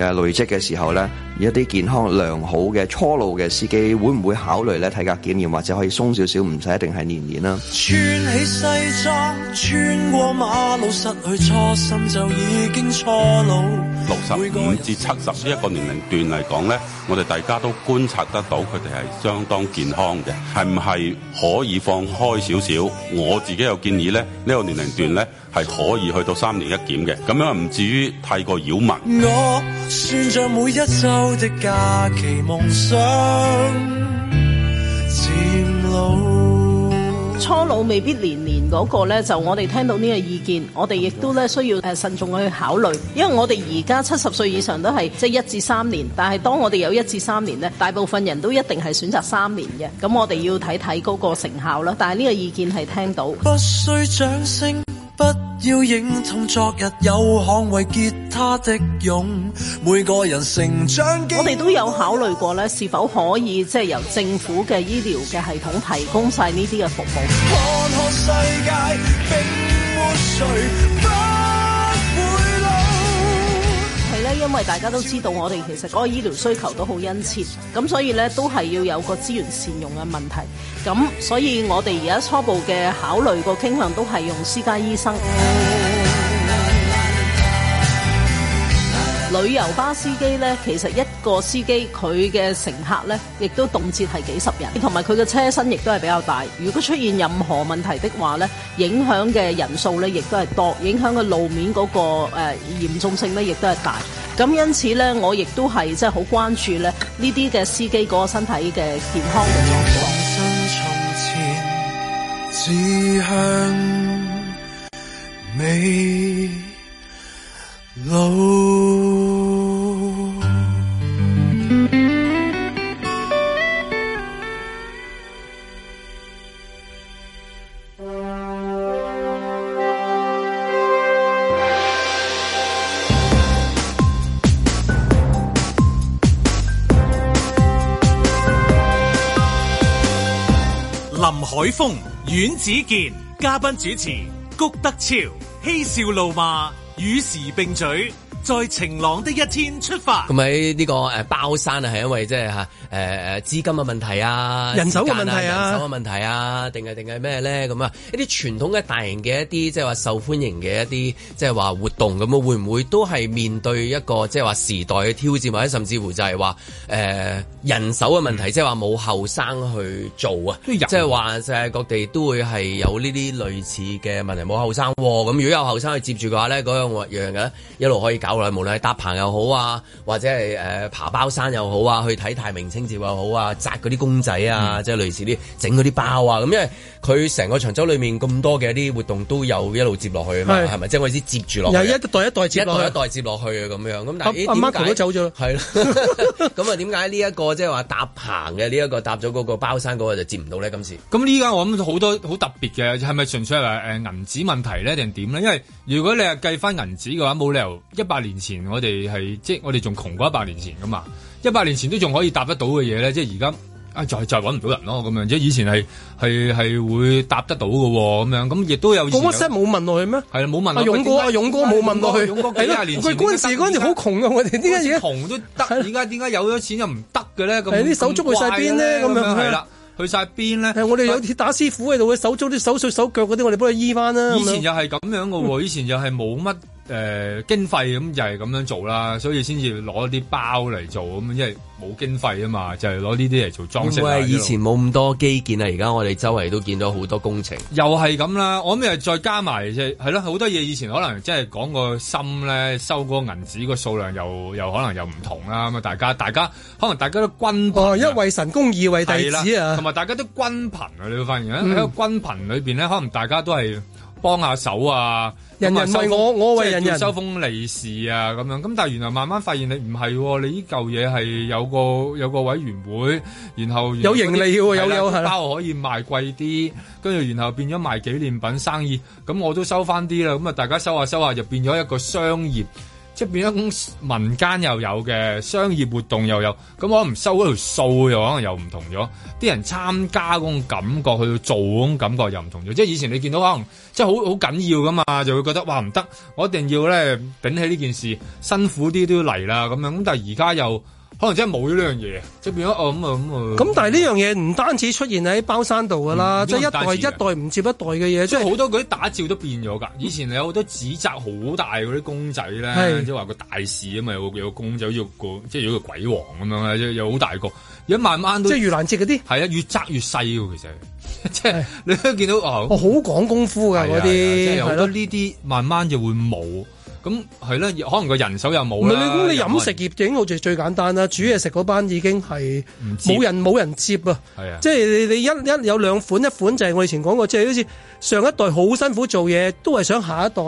Speaker 15: 嘅累積嘅時候咧，一啲健康良好嘅初老嘅司機會唔會考慮咧體格檢驗或者可以鬆少少，唔使一定係年年啦。
Speaker 9: 穿起西裝，穿過馬路，失去初心就已經初老。
Speaker 16: 六十五至七十呢一個年齡段嚟講呢，我哋大家都觀察得到佢哋係相當健康嘅，係唔係可以放開少少？我自己有建議呢，呢、個年齡段呢係可以去到三年一檢嘅，咁樣唔至於太過擾民。
Speaker 9: 我算着每一周的假期，夢想漸老。
Speaker 17: 初老未必年年嗰個咧，就我哋聽到呢個意見，我哋亦都咧需要誒慎重去考慮，因為我哋而家七十歲以上都係即係一至三年，但係當我哋有一至三年咧，大部分人都一定係選擇三年嘅，咁我哋要睇睇嗰個成效啦。但係呢個意見係聽到。
Speaker 9: 不需掌聲，不要認同昨日有捍衛吉他的勇，每個人成長經
Speaker 17: 我哋都有考慮過咧，是否可以即係由政府嘅醫療嘅系統提供晒呢啲嘅服務。
Speaker 9: 看看世界，並沒誰不會老。
Speaker 17: 係咧，因為大家都知道，我哋其實嗰個醫療需求都好殷切，咁所以咧都係要有個資源善用嘅問題。咁所以我哋而家初步嘅考慮個傾向都係用私家醫生。旅遊巴司機呢，其實一個司機佢嘅乘客呢，亦都動輒係幾十人，同埋佢嘅車身亦都係比較大。如果出現任何問題的話呢，影響嘅人數呢，亦都係多，影響嘅路面嗰、個誒、呃、嚴重性呢，亦都係大。咁因此呢，我亦都係即係好關注咧呢啲嘅司機嗰個身體嘅健康嘅狀況。
Speaker 9: 志向未老。
Speaker 1: 林海峰、阮子健，嘉賓主持谷德超，嬉笑怒罵，與時並舉，在晴朗的一天出發。
Speaker 2: 咁喺呢個誒包山啊，係因為即係嚇誒誒資金嘅問題啊，
Speaker 4: 人手嘅問題啊
Speaker 2: 時間人手嘅問題啊，定係定係咩咧？咁啊，一啲傳統嘅大型嘅一啲即係話受歡迎嘅一啲即係話活動咁啊，會唔會都係面對一個即係話時代嘅挑戰，或者甚至乎就係話誒人手嘅問題，即係話冇後生去做啊，即係話世界各地都會係有呢啲類似嘅問題，冇後生喎。咁如果有後生去接住嘅話咧，嗰樣樣嘅一路可以解搞落去，無論係搭棚又好啊，或者係誒、呃爬包山又好啊，去睇太明清照又好啊，紮嗰啲公仔
Speaker 4: 嗯
Speaker 2: 啊，即係類似啲整嗰啲包啊，咁因為佢成個長洲裏面咁多嘅一啲活動都有一路接落去啊嘛，
Speaker 4: 係
Speaker 2: 係咪？即係我意思接住落
Speaker 4: 又
Speaker 2: 去
Speaker 4: 一
Speaker 2: 啊。
Speaker 4: 代一代接落
Speaker 2: 一代一
Speaker 4: 去，
Speaker 2: 代接落去啊，咁樣咁但
Speaker 4: 阿
Speaker 2: 係咦
Speaker 4: 阿
Speaker 2: 點
Speaker 4: Marco
Speaker 2: 解
Speaker 4: 都走咗啦，
Speaker 2: 係咯， *laughs* 咁啊點解呢一個即係話搭棚嘅呢一個搭咗嗰個包山嗰個就接唔到咧？今次
Speaker 6: 咁呢家我諗好多好特別嘅，係咪純粹係話誒銀紙問題咧，定點咧？因為如果你係計翻銀紙嘅話，冇理由一百年前我哋係即係我哋仲窮過一百年前噶嘛，一百年前都仲可以答得到嘅嘢咧，即係而家。啊，就係就係揾唔到人咯，咁樣即係以前係係係會答得到嘅喎，咁樣咁亦都有以
Speaker 4: 個
Speaker 6: 前有。
Speaker 4: WhatsApp 冇問落去咩？
Speaker 6: 係啦，冇問
Speaker 4: 阿勇哥，阿勇哥冇問落去，
Speaker 6: 勇哥幾
Speaker 4: 係咯
Speaker 6: 廿年
Speaker 4: 佢
Speaker 6: 前
Speaker 4: 嗰陣時嗰陣時好窮啊嘅，我哋點解而家
Speaker 6: *laughs* 窮都得，而家點解有咗錢又唔得嘅咧？咁
Speaker 4: 係啲手足去晒邊咧
Speaker 6: 咁
Speaker 4: 咁樣
Speaker 6: 樣係啦，去晒邊咧？
Speaker 4: 係我哋有啲打師傅喺度嘅手足啲手碎手腳嗰啲，我哋幫佢醫翻
Speaker 2: 嗯
Speaker 4: 啦。
Speaker 6: 以前
Speaker 4: 咁樣
Speaker 6: 又係咁樣
Speaker 2: *laughs*
Speaker 6: 嘅喎，以前又係冇乜誒經費咁，就係咁樣做啦，所以先至攞啲包嚟做咁，因為冇經費啊嘛，就係攞呢啲嚟做裝飾
Speaker 2: 會唔
Speaker 6: 啊。
Speaker 2: 會係
Speaker 6: 一路
Speaker 2: 以前冇咁多基建啊？而家我哋周圍都見到好多工程。
Speaker 6: 又係咁啦，我諗又再加埋即係係咯，好多嘢以前可能即係講個心咧，收嗰個銀紙個數量又又可能又唔同啦。咁啊，大家大家可能大家都均貧啊
Speaker 4: 哦，一為神功，二為弟
Speaker 6: 係
Speaker 4: 子
Speaker 6: 啦
Speaker 4: 啊
Speaker 6: 同。埋大家都均貧啊！你會發現喺喺
Speaker 4: 嗯
Speaker 6: 個均貧裏邊咧，可能大家都係幫下手啊，
Speaker 4: 人人
Speaker 6: 咁啊
Speaker 4: 為
Speaker 6: 收
Speaker 4: 我
Speaker 6: 封
Speaker 4: 我為
Speaker 6: 即係
Speaker 4: 人
Speaker 6: 叫
Speaker 4: 人
Speaker 6: 收封利是啊咁樣。咁但係原來慢慢發現你唔係喎，你呢嚿嘢係有個有個委員會，然後
Speaker 4: 有盈利嘅喎
Speaker 6: 係啦
Speaker 4: 有有係啦
Speaker 6: 包可以賣貴啲，跟住然後變咗賣紀念品生意，咁我都收翻啲啦。咁啊，大家收下收下就變咗一個商業。即係變咗民間又有嘅商業活動又有，咁我唔收嗰條數又可能又唔同咗，啲人參加嗰種感覺去到做嗰種感覺又唔同咗。即係以前你見到可能即係好好緊要噶嘛，就會覺得哇唔得，我一定要咧頂起呢件事，辛苦啲都要嚟啦咁樣。咁但係而家又可能真係冇咗呢樣嘢，即係變咗哦咁啊咁啊。
Speaker 4: 咁但係呢樣嘢唔單止出現喺包山度噶啦，
Speaker 6: 嗯
Speaker 4: 即係
Speaker 6: 呢個唔單
Speaker 4: 一
Speaker 6: 止
Speaker 4: 代一代唔接一代嘅嘢，即
Speaker 6: 即係
Speaker 4: 係
Speaker 6: 好多嗰啲打照都變咗㗎。以前有好多指責好大嗰啲公仔咧
Speaker 4: 係，
Speaker 6: 即係話個大事啊嘛，有個有個公仔好似個即係有個鬼王咁樣咧，有好大個。而家慢慢都
Speaker 4: 即係盂蘭節嗰啲，
Speaker 6: 係啊，越窄越細喎。其實 *laughs* 即係你都見到哦，
Speaker 4: 我好講功夫
Speaker 6: 係
Speaker 4: 㗎
Speaker 6: 啊
Speaker 4: 嗰
Speaker 6: 係啊即
Speaker 4: 啲，
Speaker 6: 係好
Speaker 4: 係
Speaker 6: 多
Speaker 4: 咯。
Speaker 6: 呢啲慢慢就會冇。咁係啦，可能個人手又
Speaker 4: 唔
Speaker 6: 冇
Speaker 4: 係
Speaker 6: 啦。
Speaker 4: 你咁你
Speaker 6: 又冇人
Speaker 4: 飲食業影我最最簡單啦，煮嘢食嗰班已經係
Speaker 6: 接
Speaker 4: 冇人冇人接啊！
Speaker 6: 係啊，
Speaker 4: 即係你你一一有兩款，一款就係我以前講過，即係好似上一代好辛苦做嘢，都係想下一代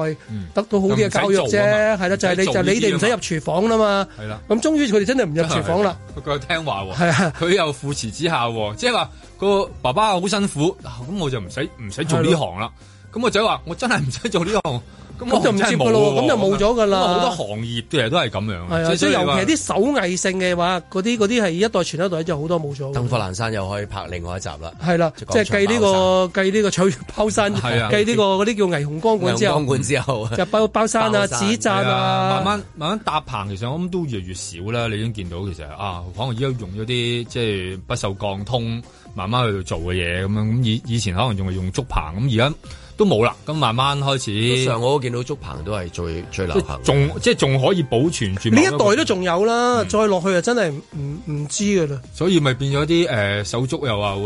Speaker 4: 得到好啲嘅教育
Speaker 6: 嗯唔使做
Speaker 4: 啫，
Speaker 6: 啊嘛
Speaker 4: 係啦，就係你
Speaker 6: 唔使
Speaker 4: 就
Speaker 6: 做
Speaker 4: 係
Speaker 6: 呢啲啊嘛
Speaker 4: 你哋唔使入廚房啦嘛。
Speaker 6: 係啦。
Speaker 4: 咁終於佢哋真係 *laughs* 唔入廚房啦。
Speaker 6: 佢聽話
Speaker 4: 係
Speaker 6: 喎
Speaker 4: 啊，
Speaker 6: 佢又父慈子孝喎，即係話個爸爸好辛苦，嗱咁我就唔使唔使做呢行啦。咁個仔話：我真係唔使做呢行，
Speaker 4: 咁
Speaker 6: 我
Speaker 4: 就唔
Speaker 6: 真係
Speaker 4: 接
Speaker 6: 冇
Speaker 4: 㗎咯
Speaker 6: 喎
Speaker 4: 喎咁就冇咗㗎啦
Speaker 6: 咁啊好多行業嘅人都係咁樣，
Speaker 4: 係啊，即係
Speaker 6: 所以話
Speaker 4: 尤其係啲手藝性嘅話，嗰啲嗰啲係一代傳一代，就好多冇咗㗎。
Speaker 2: 燈火闌珊又可以拍另外一集啦。
Speaker 4: 係啦，即係計呢個計呢個取包山，
Speaker 2: 係啊
Speaker 4: 計呢個嗰啲叫霓虹光管之
Speaker 2: 陽
Speaker 4: 後
Speaker 2: 光，管之
Speaker 6: *laughs*
Speaker 2: 後，
Speaker 4: 就包包山
Speaker 6: 包
Speaker 4: 啊、指贊
Speaker 6: 係
Speaker 4: 啊，
Speaker 6: 慢慢慢慢搭棚，其實我諗都越嚟越少啦。你已經見到其實啊，可能而家用咗啲即係不鏽鋼通，慢慢去做嘅嘢咁樣。咁以以前可能仲係用竹棚，咁而家都冇啦。咁慢慢開始，
Speaker 2: 上我都見到竹棚都係最最流行。
Speaker 6: 仲即係仲可以保存住
Speaker 4: 呢
Speaker 6: 某
Speaker 4: 一
Speaker 6: 個
Speaker 4: 代都仲有
Speaker 6: 嗯
Speaker 4: 啦，再落去啊真係唔唔唔知噶啦。
Speaker 6: 所以咪變咗啲誒手足又話會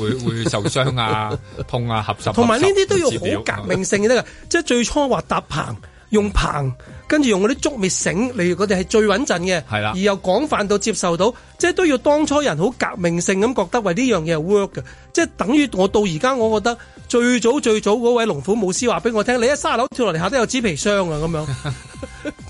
Speaker 6: 會會受傷啊、痛啊、合十，
Speaker 4: 同埋呢啲都要
Speaker 6: 合十
Speaker 4: 好革命性嘅得㗎，即係最初話搭棚用棚，跟住用嗰啲竹篾繩，例如嗰啲係最穩陣嘅，
Speaker 6: 係啦
Speaker 4: 而又廣泛到接受到，即係都要當初人好革命性咁覺得喂呢樣嘢係 work 嘅，即係等於我到而家我覺得最早最早嗰位龍虎武師話俾我聽，你一卅樓跳落嚟下低有紙皮箱啊
Speaker 6: *laughs*
Speaker 4: 咁樣，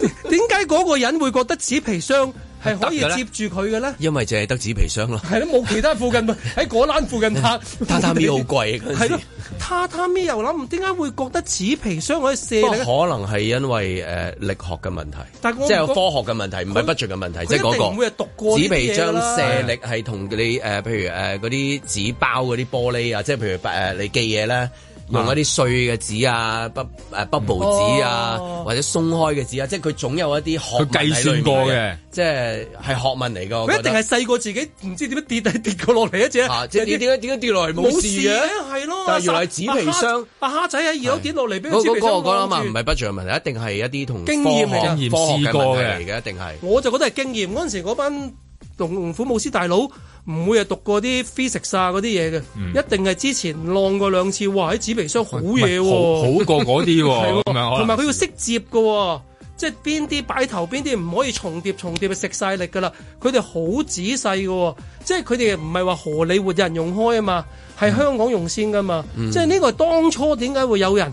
Speaker 4: 點解嗰個人會覺得紙皮箱係可以
Speaker 2: 得嘅咧
Speaker 4: 接住佢嘅咧？
Speaker 2: 因為淨係得紙皮
Speaker 6: *laughs*
Speaker 2: 箱咯。
Speaker 4: 係咯，冇其他附
Speaker 2: *laughs*
Speaker 4: 近喺嗰欄附近拍
Speaker 2: 嗯榻榻米好貴嗰陣
Speaker 4: *laughs* 係
Speaker 2: 時
Speaker 4: 咯，榻榻米又諗唔點解會覺得紙皮箱可以卸
Speaker 2: 不過
Speaker 4: 力咧？
Speaker 2: 可能係因為誒力學嘅問題，
Speaker 4: 但係我
Speaker 2: 哦即係有科學嘅問題，唔係 budget 嘅問題，
Speaker 4: 佢
Speaker 2: 即係嗰
Speaker 4: 一定唔會係讀
Speaker 2: 個
Speaker 4: 過呢
Speaker 2: 紙
Speaker 4: 啲嘢
Speaker 2: 皮
Speaker 4: 㗎
Speaker 2: 張
Speaker 4: 啦
Speaker 2: 卸力係同你呃誒，譬如誒嗰啲紙包嗰啲玻璃
Speaker 4: 哦
Speaker 2: 啊，即係譬如誒你寄嘢咧。用一啲碎嘅紙啊，不誒 bubble
Speaker 4: 哦
Speaker 2: 紙啊，或者鬆開嘅紙啊，即係佢總有一啲學問
Speaker 6: 佢計
Speaker 2: 喺
Speaker 6: 算
Speaker 2: 裏面
Speaker 6: 過嘅，
Speaker 2: 即係係學問嚟㗎。我
Speaker 4: 佢
Speaker 2: 覺
Speaker 4: 一定
Speaker 2: 得
Speaker 4: 係細個自己唔知點樣跌，但係跌過落嚟一隻。
Speaker 2: 啊即係點點解點解跌落嚟冇事嘅
Speaker 4: 啊係咯，
Speaker 2: 但係原來係紙皮箱。
Speaker 4: 阿蝦仔喺二樓跌落嚟，俾
Speaker 2: 嗰
Speaker 4: 紙
Speaker 2: 嗰
Speaker 4: 皮
Speaker 2: 個
Speaker 4: 箱
Speaker 2: 我覺得
Speaker 4: 攬
Speaker 2: 嘛，
Speaker 4: 住
Speaker 2: 唔係不像問題，一定係一啲同
Speaker 4: 經驗嚟㗎
Speaker 2: 科學
Speaker 4: 經驗
Speaker 2: 科學嘅
Speaker 4: 試過
Speaker 2: 問題
Speaker 4: 嘅
Speaker 2: 嚟嘅，一定係。
Speaker 4: 我就覺得係經驗。嗰陣時嗰班龍虎武師大佬唔會係讀過啲 physics 啊嗰啲嘢嘅，
Speaker 2: 嗯
Speaker 4: 一定係之前浪過兩次。哇！喺紙皮箱好嘢喎，
Speaker 2: 哦
Speaker 6: 好好過嗰啲喎咁
Speaker 4: 係
Speaker 6: 樣可能
Speaker 4: 同埋佢要識接嘅喎。即係邊啲擺頭，邊啲唔可以重疊重疊就食晒力㗎啦。佢哋好仔細㗎喎，即係佢哋唔係話荷里活有人用開啊嘛，
Speaker 2: 嗯
Speaker 4: 係香港用先㗎嘛。
Speaker 18: 嗯
Speaker 4: 即係呢個係當初點解會有人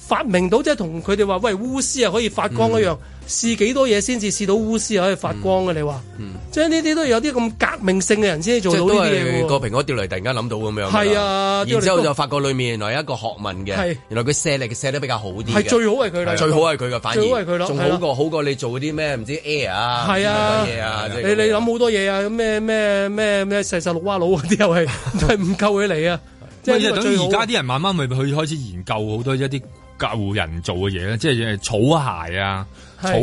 Speaker 4: 發明到，即係同佢哋話喂鎢絲啊可以發光
Speaker 2: 嗯
Speaker 4: 一樣，試幾多嘢先至試到鎢絲啊可以發光嘅？你話，
Speaker 2: 嗯
Speaker 4: 即係呢啲都有啲咁革命性嘅人先
Speaker 2: 即
Speaker 4: 至
Speaker 2: 係
Speaker 4: 做
Speaker 2: 都
Speaker 4: 到呢啲嘢
Speaker 2: 係
Speaker 4: 喎。
Speaker 2: 個蘋果掉嚟，突然間諗到咁樣㗎啦。
Speaker 4: 係啊
Speaker 2: 然之後
Speaker 4: 掉嚟
Speaker 2: 就發覺裡面原來有一個學問嘅
Speaker 4: 係，
Speaker 2: 原來佢射力射得比較好啲嘅。
Speaker 4: 係最好係佢啦
Speaker 2: 最好係啊佢嘅，反而
Speaker 4: 最好係佢咯
Speaker 2: 仲
Speaker 4: 係
Speaker 2: 好
Speaker 4: 啦
Speaker 2: 過好過你做嗰啲咩唔知 air 啊，
Speaker 4: 係啊
Speaker 2: 唔知乜嘢啊，即係
Speaker 4: 你你諗好多嘢啊，咩咩咩咩細細六蛙佬嗰啲又係都係唔夠佢嚟啊！即
Speaker 6: 即
Speaker 4: 係呢
Speaker 6: 係
Speaker 4: 個
Speaker 6: 等
Speaker 4: 最
Speaker 6: 於
Speaker 4: 好
Speaker 6: 而家啲人慢慢咪去開始研究好多一啲舊人做嘅嘢咧，即係草鞋啊，草鞋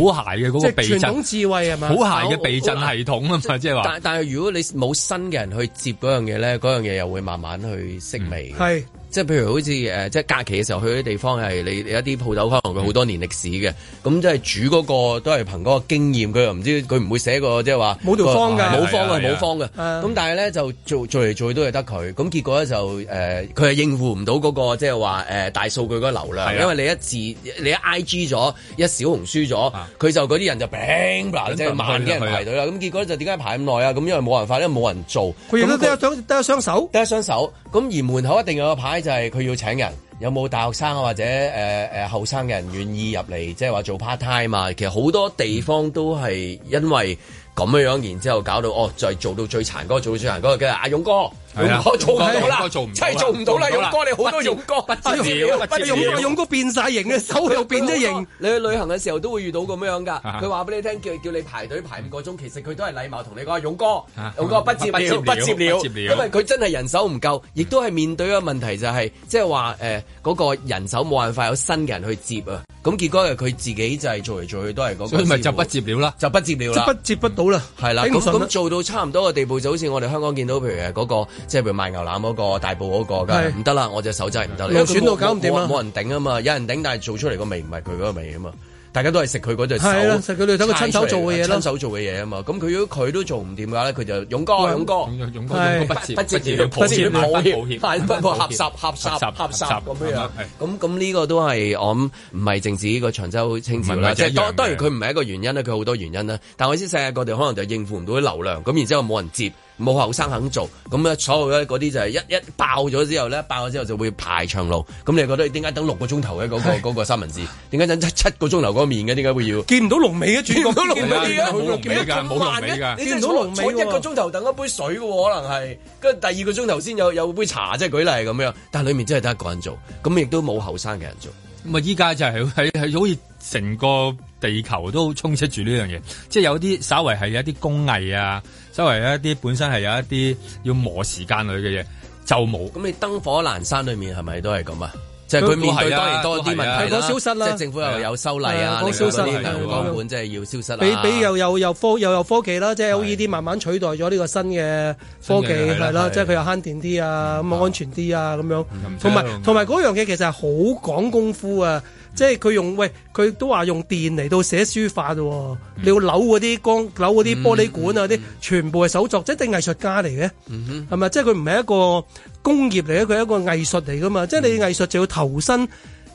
Speaker 6: 嘅嗰個避
Speaker 4: 即係傳統
Speaker 6: 震，
Speaker 4: 智慧係嘛？
Speaker 6: 草鞋嘅避震系統啊嘛，即係話
Speaker 2: 但但係如果你冇新嘅人去接嗰樣嘢咧，嗰樣嘢又會慢慢去息微嘅。
Speaker 4: 係
Speaker 2: 即係譬如好似誒、呃即係假期嘅時候去啲地方係你你有一啲鋪頭可能佢好多年歷史嘅，咁即係煮嗰個都係憑嗰個經驗，佢又唔知佢唔會寫個即係話
Speaker 4: 冇條方㗎
Speaker 2: 個冇方嘅
Speaker 4: 係啊係啊
Speaker 2: 冇方嘅。咁但係咧就做做嚟做去都係得佢，咁結果咧就誒佢係應付唔到嗰個即係話誒大數據嗰個流
Speaker 1: 係啊
Speaker 2: 量，因為你一字你一 I G 咗一小紅書咗，
Speaker 4: 啊
Speaker 2: 佢就嗰啲人就 bang bang 即係萬幾人排隊啦，咁結果就點解排咁耐啊？咁因為冇辦法，因為冇人做。
Speaker 4: 佢亦都
Speaker 2: 咁
Speaker 4: 得一雙得一雙手，
Speaker 2: 得一雙手。咁而門口一定有個牌，就係佢要請人。有冇大學生啊，或者誒誒後生嘅人願意入嚟，即係話做 part time 啊？其實好多地方都係因為咁樣樣，然之後搞到哦，就係做到最殘嗰個，做到最殘嗰個，跟住阿勇哥，
Speaker 4: 係啊
Speaker 2: 勇哥做唔到
Speaker 4: 勇
Speaker 2: 啦，
Speaker 4: 哥做唔到啦
Speaker 2: 真係做唔到啦，
Speaker 4: 做
Speaker 2: 勇
Speaker 4: 唔到啦
Speaker 2: 哥你好多勇哥，
Speaker 4: 不知了不知了勇哥勇哥變晒形嘅手又變咗形。
Speaker 2: 你去旅行嘅時候都會遇到咁樣㗎，
Speaker 4: 啊
Speaker 2: 佢話俾你聽，叫叫你排隊排五個鐘，其實佢都係禮貌同你講，阿勇哥
Speaker 4: 啊，
Speaker 2: 勇哥不接
Speaker 4: 不接
Speaker 2: 了，
Speaker 4: 了
Speaker 2: 不接了，
Speaker 4: 不接
Speaker 2: 因
Speaker 4: 了
Speaker 2: 為佢真係人手唔夠，亦都係面對一個問題就係，即係話誒嗰個人手冇辦法有新嘅人去接啊，咁結果係佢自己就係做嚟做去都係嗰個，
Speaker 6: 所以咪就不接了啦，
Speaker 2: 就不接了
Speaker 4: 即
Speaker 2: 啦
Speaker 4: 係不。接不到啦，
Speaker 2: 係啦，
Speaker 4: 頂哎唔啊
Speaker 2: 咁
Speaker 4: 順啦
Speaker 2: 咁做到差唔多嘅地步，就好似我哋香港見到，譬如誒嗰、個即係譬如賣牛腩嗰、個大埔嗰、個
Speaker 4: 係
Speaker 2: 㗎，唔得啦，我隻手真係唔得啦，
Speaker 4: 有選到搞唔掂啦
Speaker 2: 冇冇人頂啊嘛，有人頂，但係做出嚟個味唔係佢嗰個味啊嘛。大家都係食佢嗰隻手，
Speaker 4: 係啦食佢哋睇佢親手做嘅嘢咯
Speaker 2: 親手做嘅嘢啊嘛。咁佢如果佢都做唔掂嘅話咧，佢就勇哥，
Speaker 6: 喂
Speaker 2: 勇哥，
Speaker 6: 勇哥
Speaker 2: 係
Speaker 6: 勇哥不接
Speaker 2: 不接
Speaker 6: 不接
Speaker 2: 了
Speaker 6: 抱歉
Speaker 2: 了抱
Speaker 6: 抱歉
Speaker 2: 反不過
Speaker 6: 抱
Speaker 2: 合
Speaker 6: 歉
Speaker 2: 十合十
Speaker 6: 合十
Speaker 2: 合十
Speaker 6: 合十
Speaker 2: 咁樣
Speaker 6: 係。
Speaker 2: 咁咁呢個都係我諗唔係淨止個長洲清朝
Speaker 6: 唔
Speaker 2: 啦，
Speaker 6: 係
Speaker 2: 即係
Speaker 6: 一樣
Speaker 2: 當
Speaker 6: 嘅
Speaker 2: 當然佢唔係一個原因啦，佢好多原因啦。但我先世界各地可能就應付唔到啲流量，咁然之後冇人接，冇後生肯做，咁咧所有咧嗰啲就係一一爆咗之後咧，爆咗之後就會排長路。咁你覺得點解等六個鐘頭嘅嗰個嗰個三文治？點解等七七個鐘頭嗰個麵嘅？點解會要？
Speaker 4: 見唔到龍尾嘅轉角，
Speaker 2: 見唔到龍尾
Speaker 6: 啊
Speaker 2: 嘅，
Speaker 4: 見唔到
Speaker 2: 見唔到咁
Speaker 4: 啊
Speaker 2: 慢嘅你真係
Speaker 4: 見唔到
Speaker 2: 坐
Speaker 4: 龍尾
Speaker 2: 坐一個
Speaker 4: 喎。
Speaker 2: 鐘頭等一杯水嘅喎，可能係跟住第二個鐘頭先有有杯茶，即係舉例咁樣。但係裡面真係得一個人做，咁亦都冇後生嘅人做。
Speaker 6: 咁啊！依家就係 *laughs* 喺喺好似成個地球都充斥住呢樣嘢，即係有啲稍為係有一啲工藝啊，稍為有一啲本身係有一啲要磨時間類嘅嘢就冇。
Speaker 2: 咁你燈火闌珊裏面係咪都係咁啊？即係
Speaker 6: 都
Speaker 2: 佢面對
Speaker 6: 都係啊
Speaker 2: 當然多啲問題
Speaker 6: 都
Speaker 2: 啦，
Speaker 6: 係啊講消失啦
Speaker 2: 即係政府又有修例
Speaker 4: 係
Speaker 2: 啊
Speaker 4: 啊，
Speaker 2: 你
Speaker 4: 講消失
Speaker 2: 嗰啲
Speaker 4: 係啊
Speaker 2: 強光管即係要消失啊啦。
Speaker 4: 俾俾又有又科又有科技啦，即係 LED 慢慢取代咗呢個新嘅科
Speaker 2: 新
Speaker 4: 技
Speaker 2: 嘅係啦
Speaker 4: 係啦，
Speaker 2: 係
Speaker 4: 即係佢又慳電啲啊，咁啊安全啲啊咁樣，同
Speaker 2: 嗯
Speaker 4: 埋同埋嗰樣嘢其實係好講功夫啊！即係佢用喂，佢都話用電嚟到寫書法喎，你要扭嗰啲光、扭嗰啲玻璃管啊啲，全部係手作，即係啲藝術家嚟嘅。
Speaker 18: 嗯
Speaker 4: 係咪？即係佢唔係一個工業嚟嘅，佢係一個藝術嚟噶嘛。即係你藝術就要投身，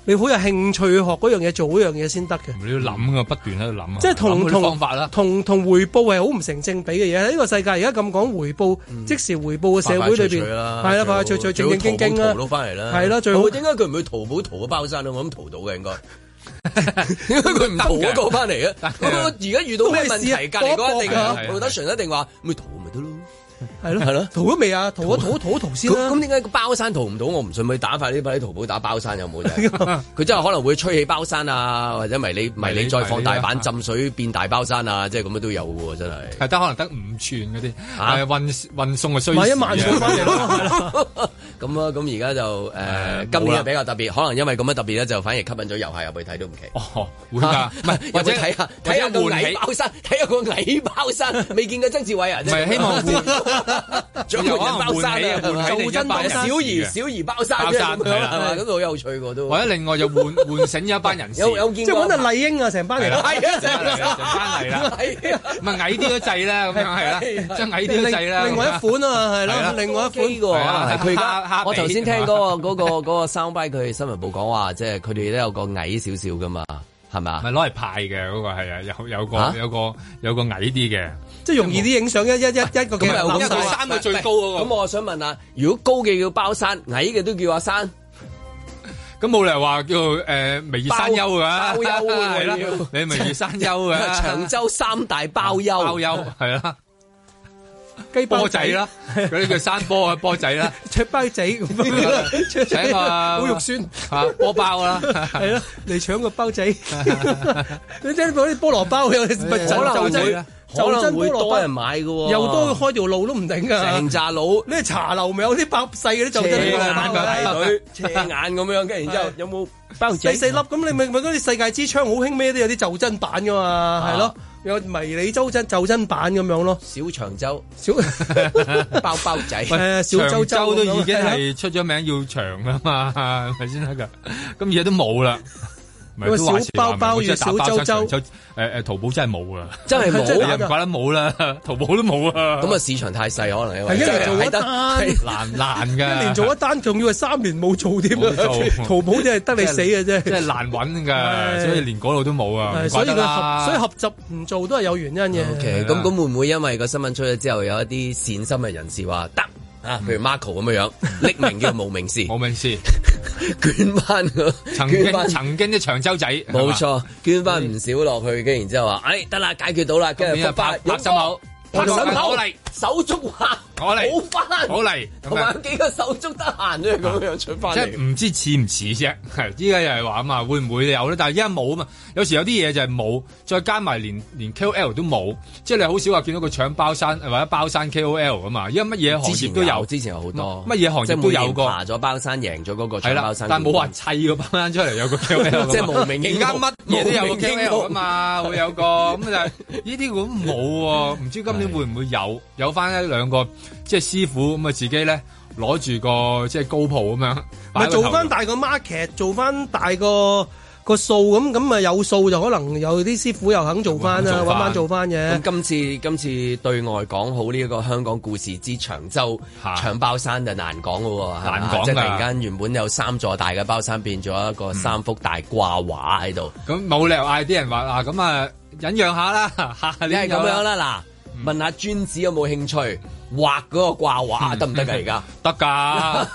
Speaker 4: 你好有興趣去學嗰樣嘢，做嗰樣嘢先得嘅。
Speaker 6: 你要諗啊，不斷喺度諗啊，
Speaker 4: 即係同
Speaker 6: 諗嗰啲
Speaker 4: 同
Speaker 6: 方法啦。
Speaker 4: 同同回報係好唔成正比嘅嘢。呢個世界而家咁講回報，即時回報嘅社會裏邊，係啦，快快脆脆、正正經經啦
Speaker 2: 淘，寶翻嚟啦，
Speaker 4: 係啦，最好
Speaker 2: 我。點解佢唔去淘寶淘嗰包山咧？我諗淘到嘅應
Speaker 4: *laughs*
Speaker 2: 該。點解佢唔淘嗰個翻嚟嘅？咁我而家遇到咩問題？隔離嗰一定啊
Speaker 4: 都係試下
Speaker 2: production 一定話咪淘咪得咯。
Speaker 4: 係咯，
Speaker 2: 係咯，
Speaker 4: 淘咗未啊？淘一淘一淘一淘先啦。
Speaker 2: 咁咁點解個包山淘唔到？我唔信佢打快啲，快啲淘寶打包山有冇
Speaker 4: *laughs*
Speaker 2: 啫？佢真係可能會吹起包山啊，或者迷你迷你
Speaker 4: 啊
Speaker 2: 再放大版浸水變大包山啊，即係咁樣都有嘅喎，真係。
Speaker 6: 係得可能得五寸嗰啲，
Speaker 2: 啊
Speaker 6: 係運運送嘅需啊要。
Speaker 2: 買一萬
Speaker 6: 寸
Speaker 2: 寸
Speaker 6: 翻嚟咯，係啦
Speaker 2: 咁啊，咁而家就誒、今年係比較特別，可能因為咁樣特別咧，就反而吸引咗遊客入啊去睇都唔奇。
Speaker 6: 哦，
Speaker 2: *laughs*
Speaker 6: 會㗎唔係
Speaker 2: 或
Speaker 6: 或
Speaker 2: 者
Speaker 6: 者
Speaker 2: 睇下
Speaker 6: 或者
Speaker 2: 睇下個
Speaker 6: 喚
Speaker 2: 矮
Speaker 6: 起
Speaker 2: 包山， *laughs* 睇下個矮包山，
Speaker 6: *laughs*
Speaker 2: 未見過曾志偉啊！
Speaker 6: 唔係希
Speaker 2: *laughs*
Speaker 6: 望換
Speaker 2: 掌門人包山 *laughs* 啊，
Speaker 6: 換起換起
Speaker 2: 舊
Speaker 6: 另一班人
Speaker 2: 小兒小兒包山
Speaker 6: 啊包山
Speaker 2: 咁樣
Speaker 6: 係啦
Speaker 2: 係嘛咁好有趣喎都。
Speaker 6: 或者另外
Speaker 2: *laughs*
Speaker 6: 就喚喚醒一班人士。
Speaker 2: 有有見
Speaker 4: 即
Speaker 2: 過
Speaker 4: 係揾
Speaker 2: *laughs*
Speaker 4: 阿麗英啊，成班嚟
Speaker 6: 係啦
Speaker 4: 啦，
Speaker 6: 係啊成班嚟啦成班嚟啦
Speaker 2: 係 *laughs* 啊
Speaker 6: 咪矮啲都滯啦，咁樣
Speaker 2: *laughs*
Speaker 6: 係啦，即係矮啲都滯啦。
Speaker 4: 另另外一款啊，係
Speaker 6: 係
Speaker 4: 啦
Speaker 6: 啦，
Speaker 4: 另外一款
Speaker 2: 呢個啊，佢而
Speaker 6: 蝦蝦
Speaker 2: 家
Speaker 6: 皮
Speaker 2: 我頭先聽嗰個嗰個嗰個 soundbite，佢新聞部講話，即係佢哋都有個矮少少噶嘛，啊係嘛？
Speaker 6: 咪攞嚟派嘅嗰個係啊，有有
Speaker 2: 啊
Speaker 6: 個有個有個矮啲嘅，
Speaker 4: 即係容易啲影相一一一一個
Speaker 2: 咁啊，
Speaker 4: 鏡
Speaker 2: 咁
Speaker 4: 頭
Speaker 2: 大
Speaker 4: 三個
Speaker 6: 最高嗰個
Speaker 2: 咁我想問下，如果高嘅叫包山，矮嘅都叫阿山，
Speaker 6: 咁冇理由話叫誒微熱山丘㗎，
Speaker 2: 包丘啊
Speaker 6: *laughs* 係啦
Speaker 2: 要，
Speaker 6: 你微熱山丘㗎，
Speaker 2: 啊長洲三大包丘，
Speaker 6: 啊包丘係啦，波仔
Speaker 4: *laughs*
Speaker 6: 啦，嗰啲叫山波啊，波仔啦，
Speaker 4: 出包仔咁，
Speaker 6: 請啊
Speaker 4: 好肉酸
Speaker 6: 啊波包啦，
Speaker 4: 係咯，嚟搶個
Speaker 2: *laughs*
Speaker 4: 包仔，你聽講啲菠蘿包有咪
Speaker 2: 可能
Speaker 4: 就
Speaker 2: 會
Speaker 4: 真
Speaker 2: 可
Speaker 4: 就
Speaker 2: 能
Speaker 4: 真
Speaker 2: 會
Speaker 4: 菠蘿包
Speaker 2: 多人買嘅喎
Speaker 4: 又多開條路都唔頂㗎，
Speaker 2: 成扎佬。
Speaker 4: 你茶樓咪有啲包細嗰啲就
Speaker 2: 斜
Speaker 4: 真
Speaker 2: 眼
Speaker 4: 包
Speaker 2: 排
Speaker 4: *laughs* 啦。
Speaker 2: 隊，斜眼 *laughs* 咁樣， *laughs* 跟住然之後有冇包仔
Speaker 4: 細細粒咁，你咪咪嗰啲世界之窗好興咩都有啲袖珍版噶嘛，係咯，有迷你周真袖珍版咁樣咯。
Speaker 2: 小長洲，
Speaker 4: 小
Speaker 2: *laughs* 包包仔？
Speaker 6: 喂
Speaker 4: 小洲洲
Speaker 6: 長洲都已經
Speaker 4: 咁樣
Speaker 6: 係出咗名要長啦嘛， *laughs* 係咪先得㗎？咁而家都冇啦。咪
Speaker 4: 喂
Speaker 6: 都話
Speaker 4: 小
Speaker 6: 時話
Speaker 4: 包包
Speaker 6: 唔好真係
Speaker 4: 與
Speaker 6: 打
Speaker 4: 小
Speaker 6: 包
Speaker 4: 洲
Speaker 6: 山長
Speaker 4: 洲
Speaker 6: 洲，誒誒，淘寶真係冇啊！
Speaker 2: 真係冇
Speaker 6: 你又唔怪得冇啦， *laughs* 淘寶都冇啊！
Speaker 2: 咁啊，市場太細，可能因為
Speaker 4: 係一年
Speaker 2: 真
Speaker 4: 做一
Speaker 2: 係得
Speaker 4: 單，
Speaker 6: *laughs* 難難㗎，
Speaker 4: *laughs* 一年做一單，仲要係三年冇做添
Speaker 6: 冇做
Speaker 4: *laughs* 淘寶真係得你死嘅 *laughs* 啫。
Speaker 6: 真係難揾㗎，
Speaker 4: 係
Speaker 6: 所以連嗰度都冇啊！
Speaker 4: 係
Speaker 6: 唔
Speaker 4: 所
Speaker 6: 怪
Speaker 4: 以
Speaker 6: 得
Speaker 4: 佢合
Speaker 6: 啦
Speaker 4: 所以合集唔做都係有原因嘅。
Speaker 2: OK，咁咁會唔會因為個新聞出咗之後，有一啲善心嘅人士話得啊？譬如 Marco 咁樣樣，匿名叫無名氏，無
Speaker 6: 名氏
Speaker 2: 捐翻個
Speaker 6: 曾
Speaker 2: 捐
Speaker 6: 經
Speaker 2: 翻
Speaker 6: 曾經啲長洲仔，
Speaker 2: 冇錯，捐翻唔少落去，跟住然之後話，哎得啦，解決到啦，跟住
Speaker 6: 今年
Speaker 2: 復
Speaker 6: 拍
Speaker 2: 翻
Speaker 6: 拍心口，
Speaker 2: 拍心
Speaker 6: 拍心口
Speaker 2: 口
Speaker 6: 我嚟，
Speaker 2: 手足話
Speaker 6: 我嚟
Speaker 2: 好翻，
Speaker 6: 我嚟啊
Speaker 2: 同埋有幾個手足得閒都係咁樣出翻
Speaker 6: 即
Speaker 2: 嚟
Speaker 6: 係。唔知似唔似啫，係依家又係話啊嘛，會唔會有咧？但係依家冇啊嘛，有時有啲嘢就係冇，再加埋連連 KOL 都冇，即係你好少話見到個搶包山或者包山 KOL 啊嘛，因為乜嘢行
Speaker 2: 之前
Speaker 6: 業都有，
Speaker 2: 之前有好多
Speaker 6: 乜嘢行業都
Speaker 2: 即係每
Speaker 6: 有
Speaker 2: 年
Speaker 6: 個，
Speaker 2: 爬咗包山贏咗嗰個
Speaker 6: 係
Speaker 2: 搶
Speaker 6: 啦
Speaker 2: 包，山冠軍，
Speaker 6: 但係冇話砌個包山出
Speaker 2: *laughs*
Speaker 6: 嚟有個 KOL，
Speaker 2: 即係無名
Speaker 6: 而
Speaker 2: 英雄
Speaker 6: 家乜嘢都有
Speaker 2: 無
Speaker 6: 個
Speaker 2: 名英
Speaker 6: KOL
Speaker 2: 雄
Speaker 6: 啊嘛，會有個咁就係呢啲咁冇喎，唔知今年會唔會有有翻一兩個即係師傅咁啊自己咧攞住個即係高鋪咁樣，
Speaker 4: 咪
Speaker 6: 擺個
Speaker 4: 做
Speaker 6: 頭
Speaker 4: 翻大個 market，做翻大個個數咁，咁咪有數就可能有啲師傅又肯做翻啦，
Speaker 2: 做
Speaker 4: 揾
Speaker 2: 返
Speaker 4: 翻做翻嘅
Speaker 2: 咁。今次今次對外講好呢一個香港故事之長洲長包山就難講嘅喎，係嘛
Speaker 6: 難講㗎
Speaker 2: 即係突然間原本有三座大嘅包山變咗一個三幅大掛畫喺度，
Speaker 6: 咁冇理由嗌啲人話啊，咁啊忍讓下啦， *laughs* 下
Speaker 2: 你係
Speaker 6: 年
Speaker 2: 咁樣啦嗱，問下專子有冇興趣畫嗰個掛畫得唔得㗎？而家
Speaker 6: 得㗎，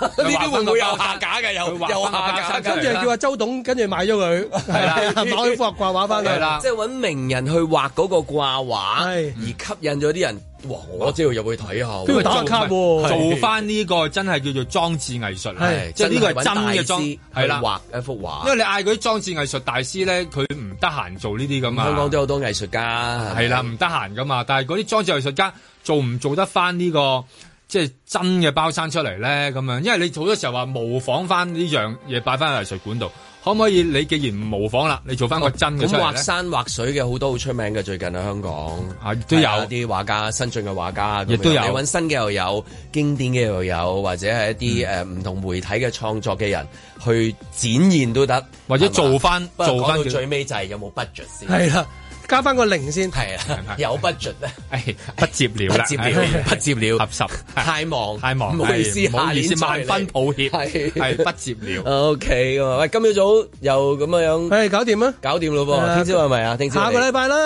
Speaker 2: *laughs* 呢啲會唔會有下架㗎？有
Speaker 6: 佢畫
Speaker 2: 有
Speaker 6: 返個包
Speaker 2: 下
Speaker 6: 山
Speaker 2: 架
Speaker 6: 出
Speaker 2: 㗎
Speaker 6: 嚟
Speaker 4: 跟住叫阿周董，跟住買咗佢，係啦，買咗幅畫掛畫翻佢。
Speaker 6: 啊
Speaker 2: 即係揾名人去畫嗰個掛畫，
Speaker 4: 係
Speaker 2: 而吸引咗啲人。哇！
Speaker 6: 嗯
Speaker 2: 我知道入去睇下喎，
Speaker 4: 跟住打下卡喎
Speaker 6: 做翻呢個真係叫做裝置藝術啦
Speaker 2: 係，
Speaker 6: 即係呢個
Speaker 2: 真係
Speaker 6: 係
Speaker 2: 揾
Speaker 6: 真嘅裝，
Speaker 2: 大師
Speaker 6: 係啦
Speaker 2: 去畫一幅畫
Speaker 6: 因為你嗌嗰啲裝置藝術大師咧，佢唔得閒做呢啲咁啊。
Speaker 2: 香港都有好多藝術家，
Speaker 6: 係啦，唔得閒噶嘛。但係嗰啲裝置藝術家做唔做得翻呢、個即係真嘅包山出嚟咧？咁樣，因為你好多時候話模仿翻呢樣嘢擺翻喺藝術館度，可唔可以你既然唔模仿啦，你做翻個真嘅
Speaker 2: 咁
Speaker 6: 出嚟
Speaker 2: 畫
Speaker 6: 咧？
Speaker 2: 山畫水嘅好多好出名嘅，最近喺香港
Speaker 6: 啊都有
Speaker 2: 係啊啲畫家，新晉嘅畫家，咁
Speaker 6: 亦都有
Speaker 2: 樣你揾新嘅又有，經典嘅又有，或者係一啲
Speaker 6: 嗯
Speaker 2: 誒唔同媒體嘅創作嘅人去展現都得，
Speaker 6: 或者
Speaker 2: 係嘛
Speaker 6: 做返
Speaker 2: 不過
Speaker 6: 做返
Speaker 2: 講到
Speaker 6: 叫
Speaker 2: 最尾就係有冇 budget 先，
Speaker 4: 係啦，加翻個零先。
Speaker 2: 係啊，有 budget 咧，
Speaker 6: 誒哎不接了啦，
Speaker 2: 不接了
Speaker 6: 係
Speaker 2: 不接了
Speaker 6: 合十
Speaker 2: 太忙哎
Speaker 6: 太忙，哎
Speaker 2: 唔好意思
Speaker 6: 係唔好意思，
Speaker 2: 下
Speaker 6: 萬
Speaker 2: 年再嚟
Speaker 6: 分抱歉，
Speaker 2: 係 *laughs*
Speaker 6: 係不接了。
Speaker 2: O K 咁啊，喂，今朝早又咁樣樣，
Speaker 4: 誒，搞掂啦，
Speaker 2: 搞掂咯
Speaker 4: 係啊
Speaker 2: 噃，聽朝係咪啊？聽朝
Speaker 4: 下個禮拜啦，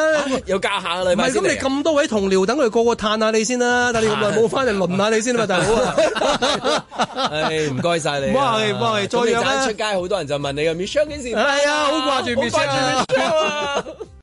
Speaker 2: 又加下個禮
Speaker 4: 唔
Speaker 2: 拜
Speaker 4: 係
Speaker 2: 先
Speaker 4: 咁，
Speaker 2: 嚟啊。
Speaker 4: 你咁多位同僚，等佢個個嘆下你先啦。但你咁耐冇翻嚟，輪下你先啊嘛，大佬啊。
Speaker 2: *laughs* 唉，唔該晒你啊。
Speaker 4: 唔好客氣唔好客氣再
Speaker 2: 咁你
Speaker 4: 約啦啊
Speaker 2: 陣間出街好多人就問你嘅 Michelle 幾時？
Speaker 4: 係啊好掛住 Michelle 啊
Speaker 2: 好掛住 Michelle 啊！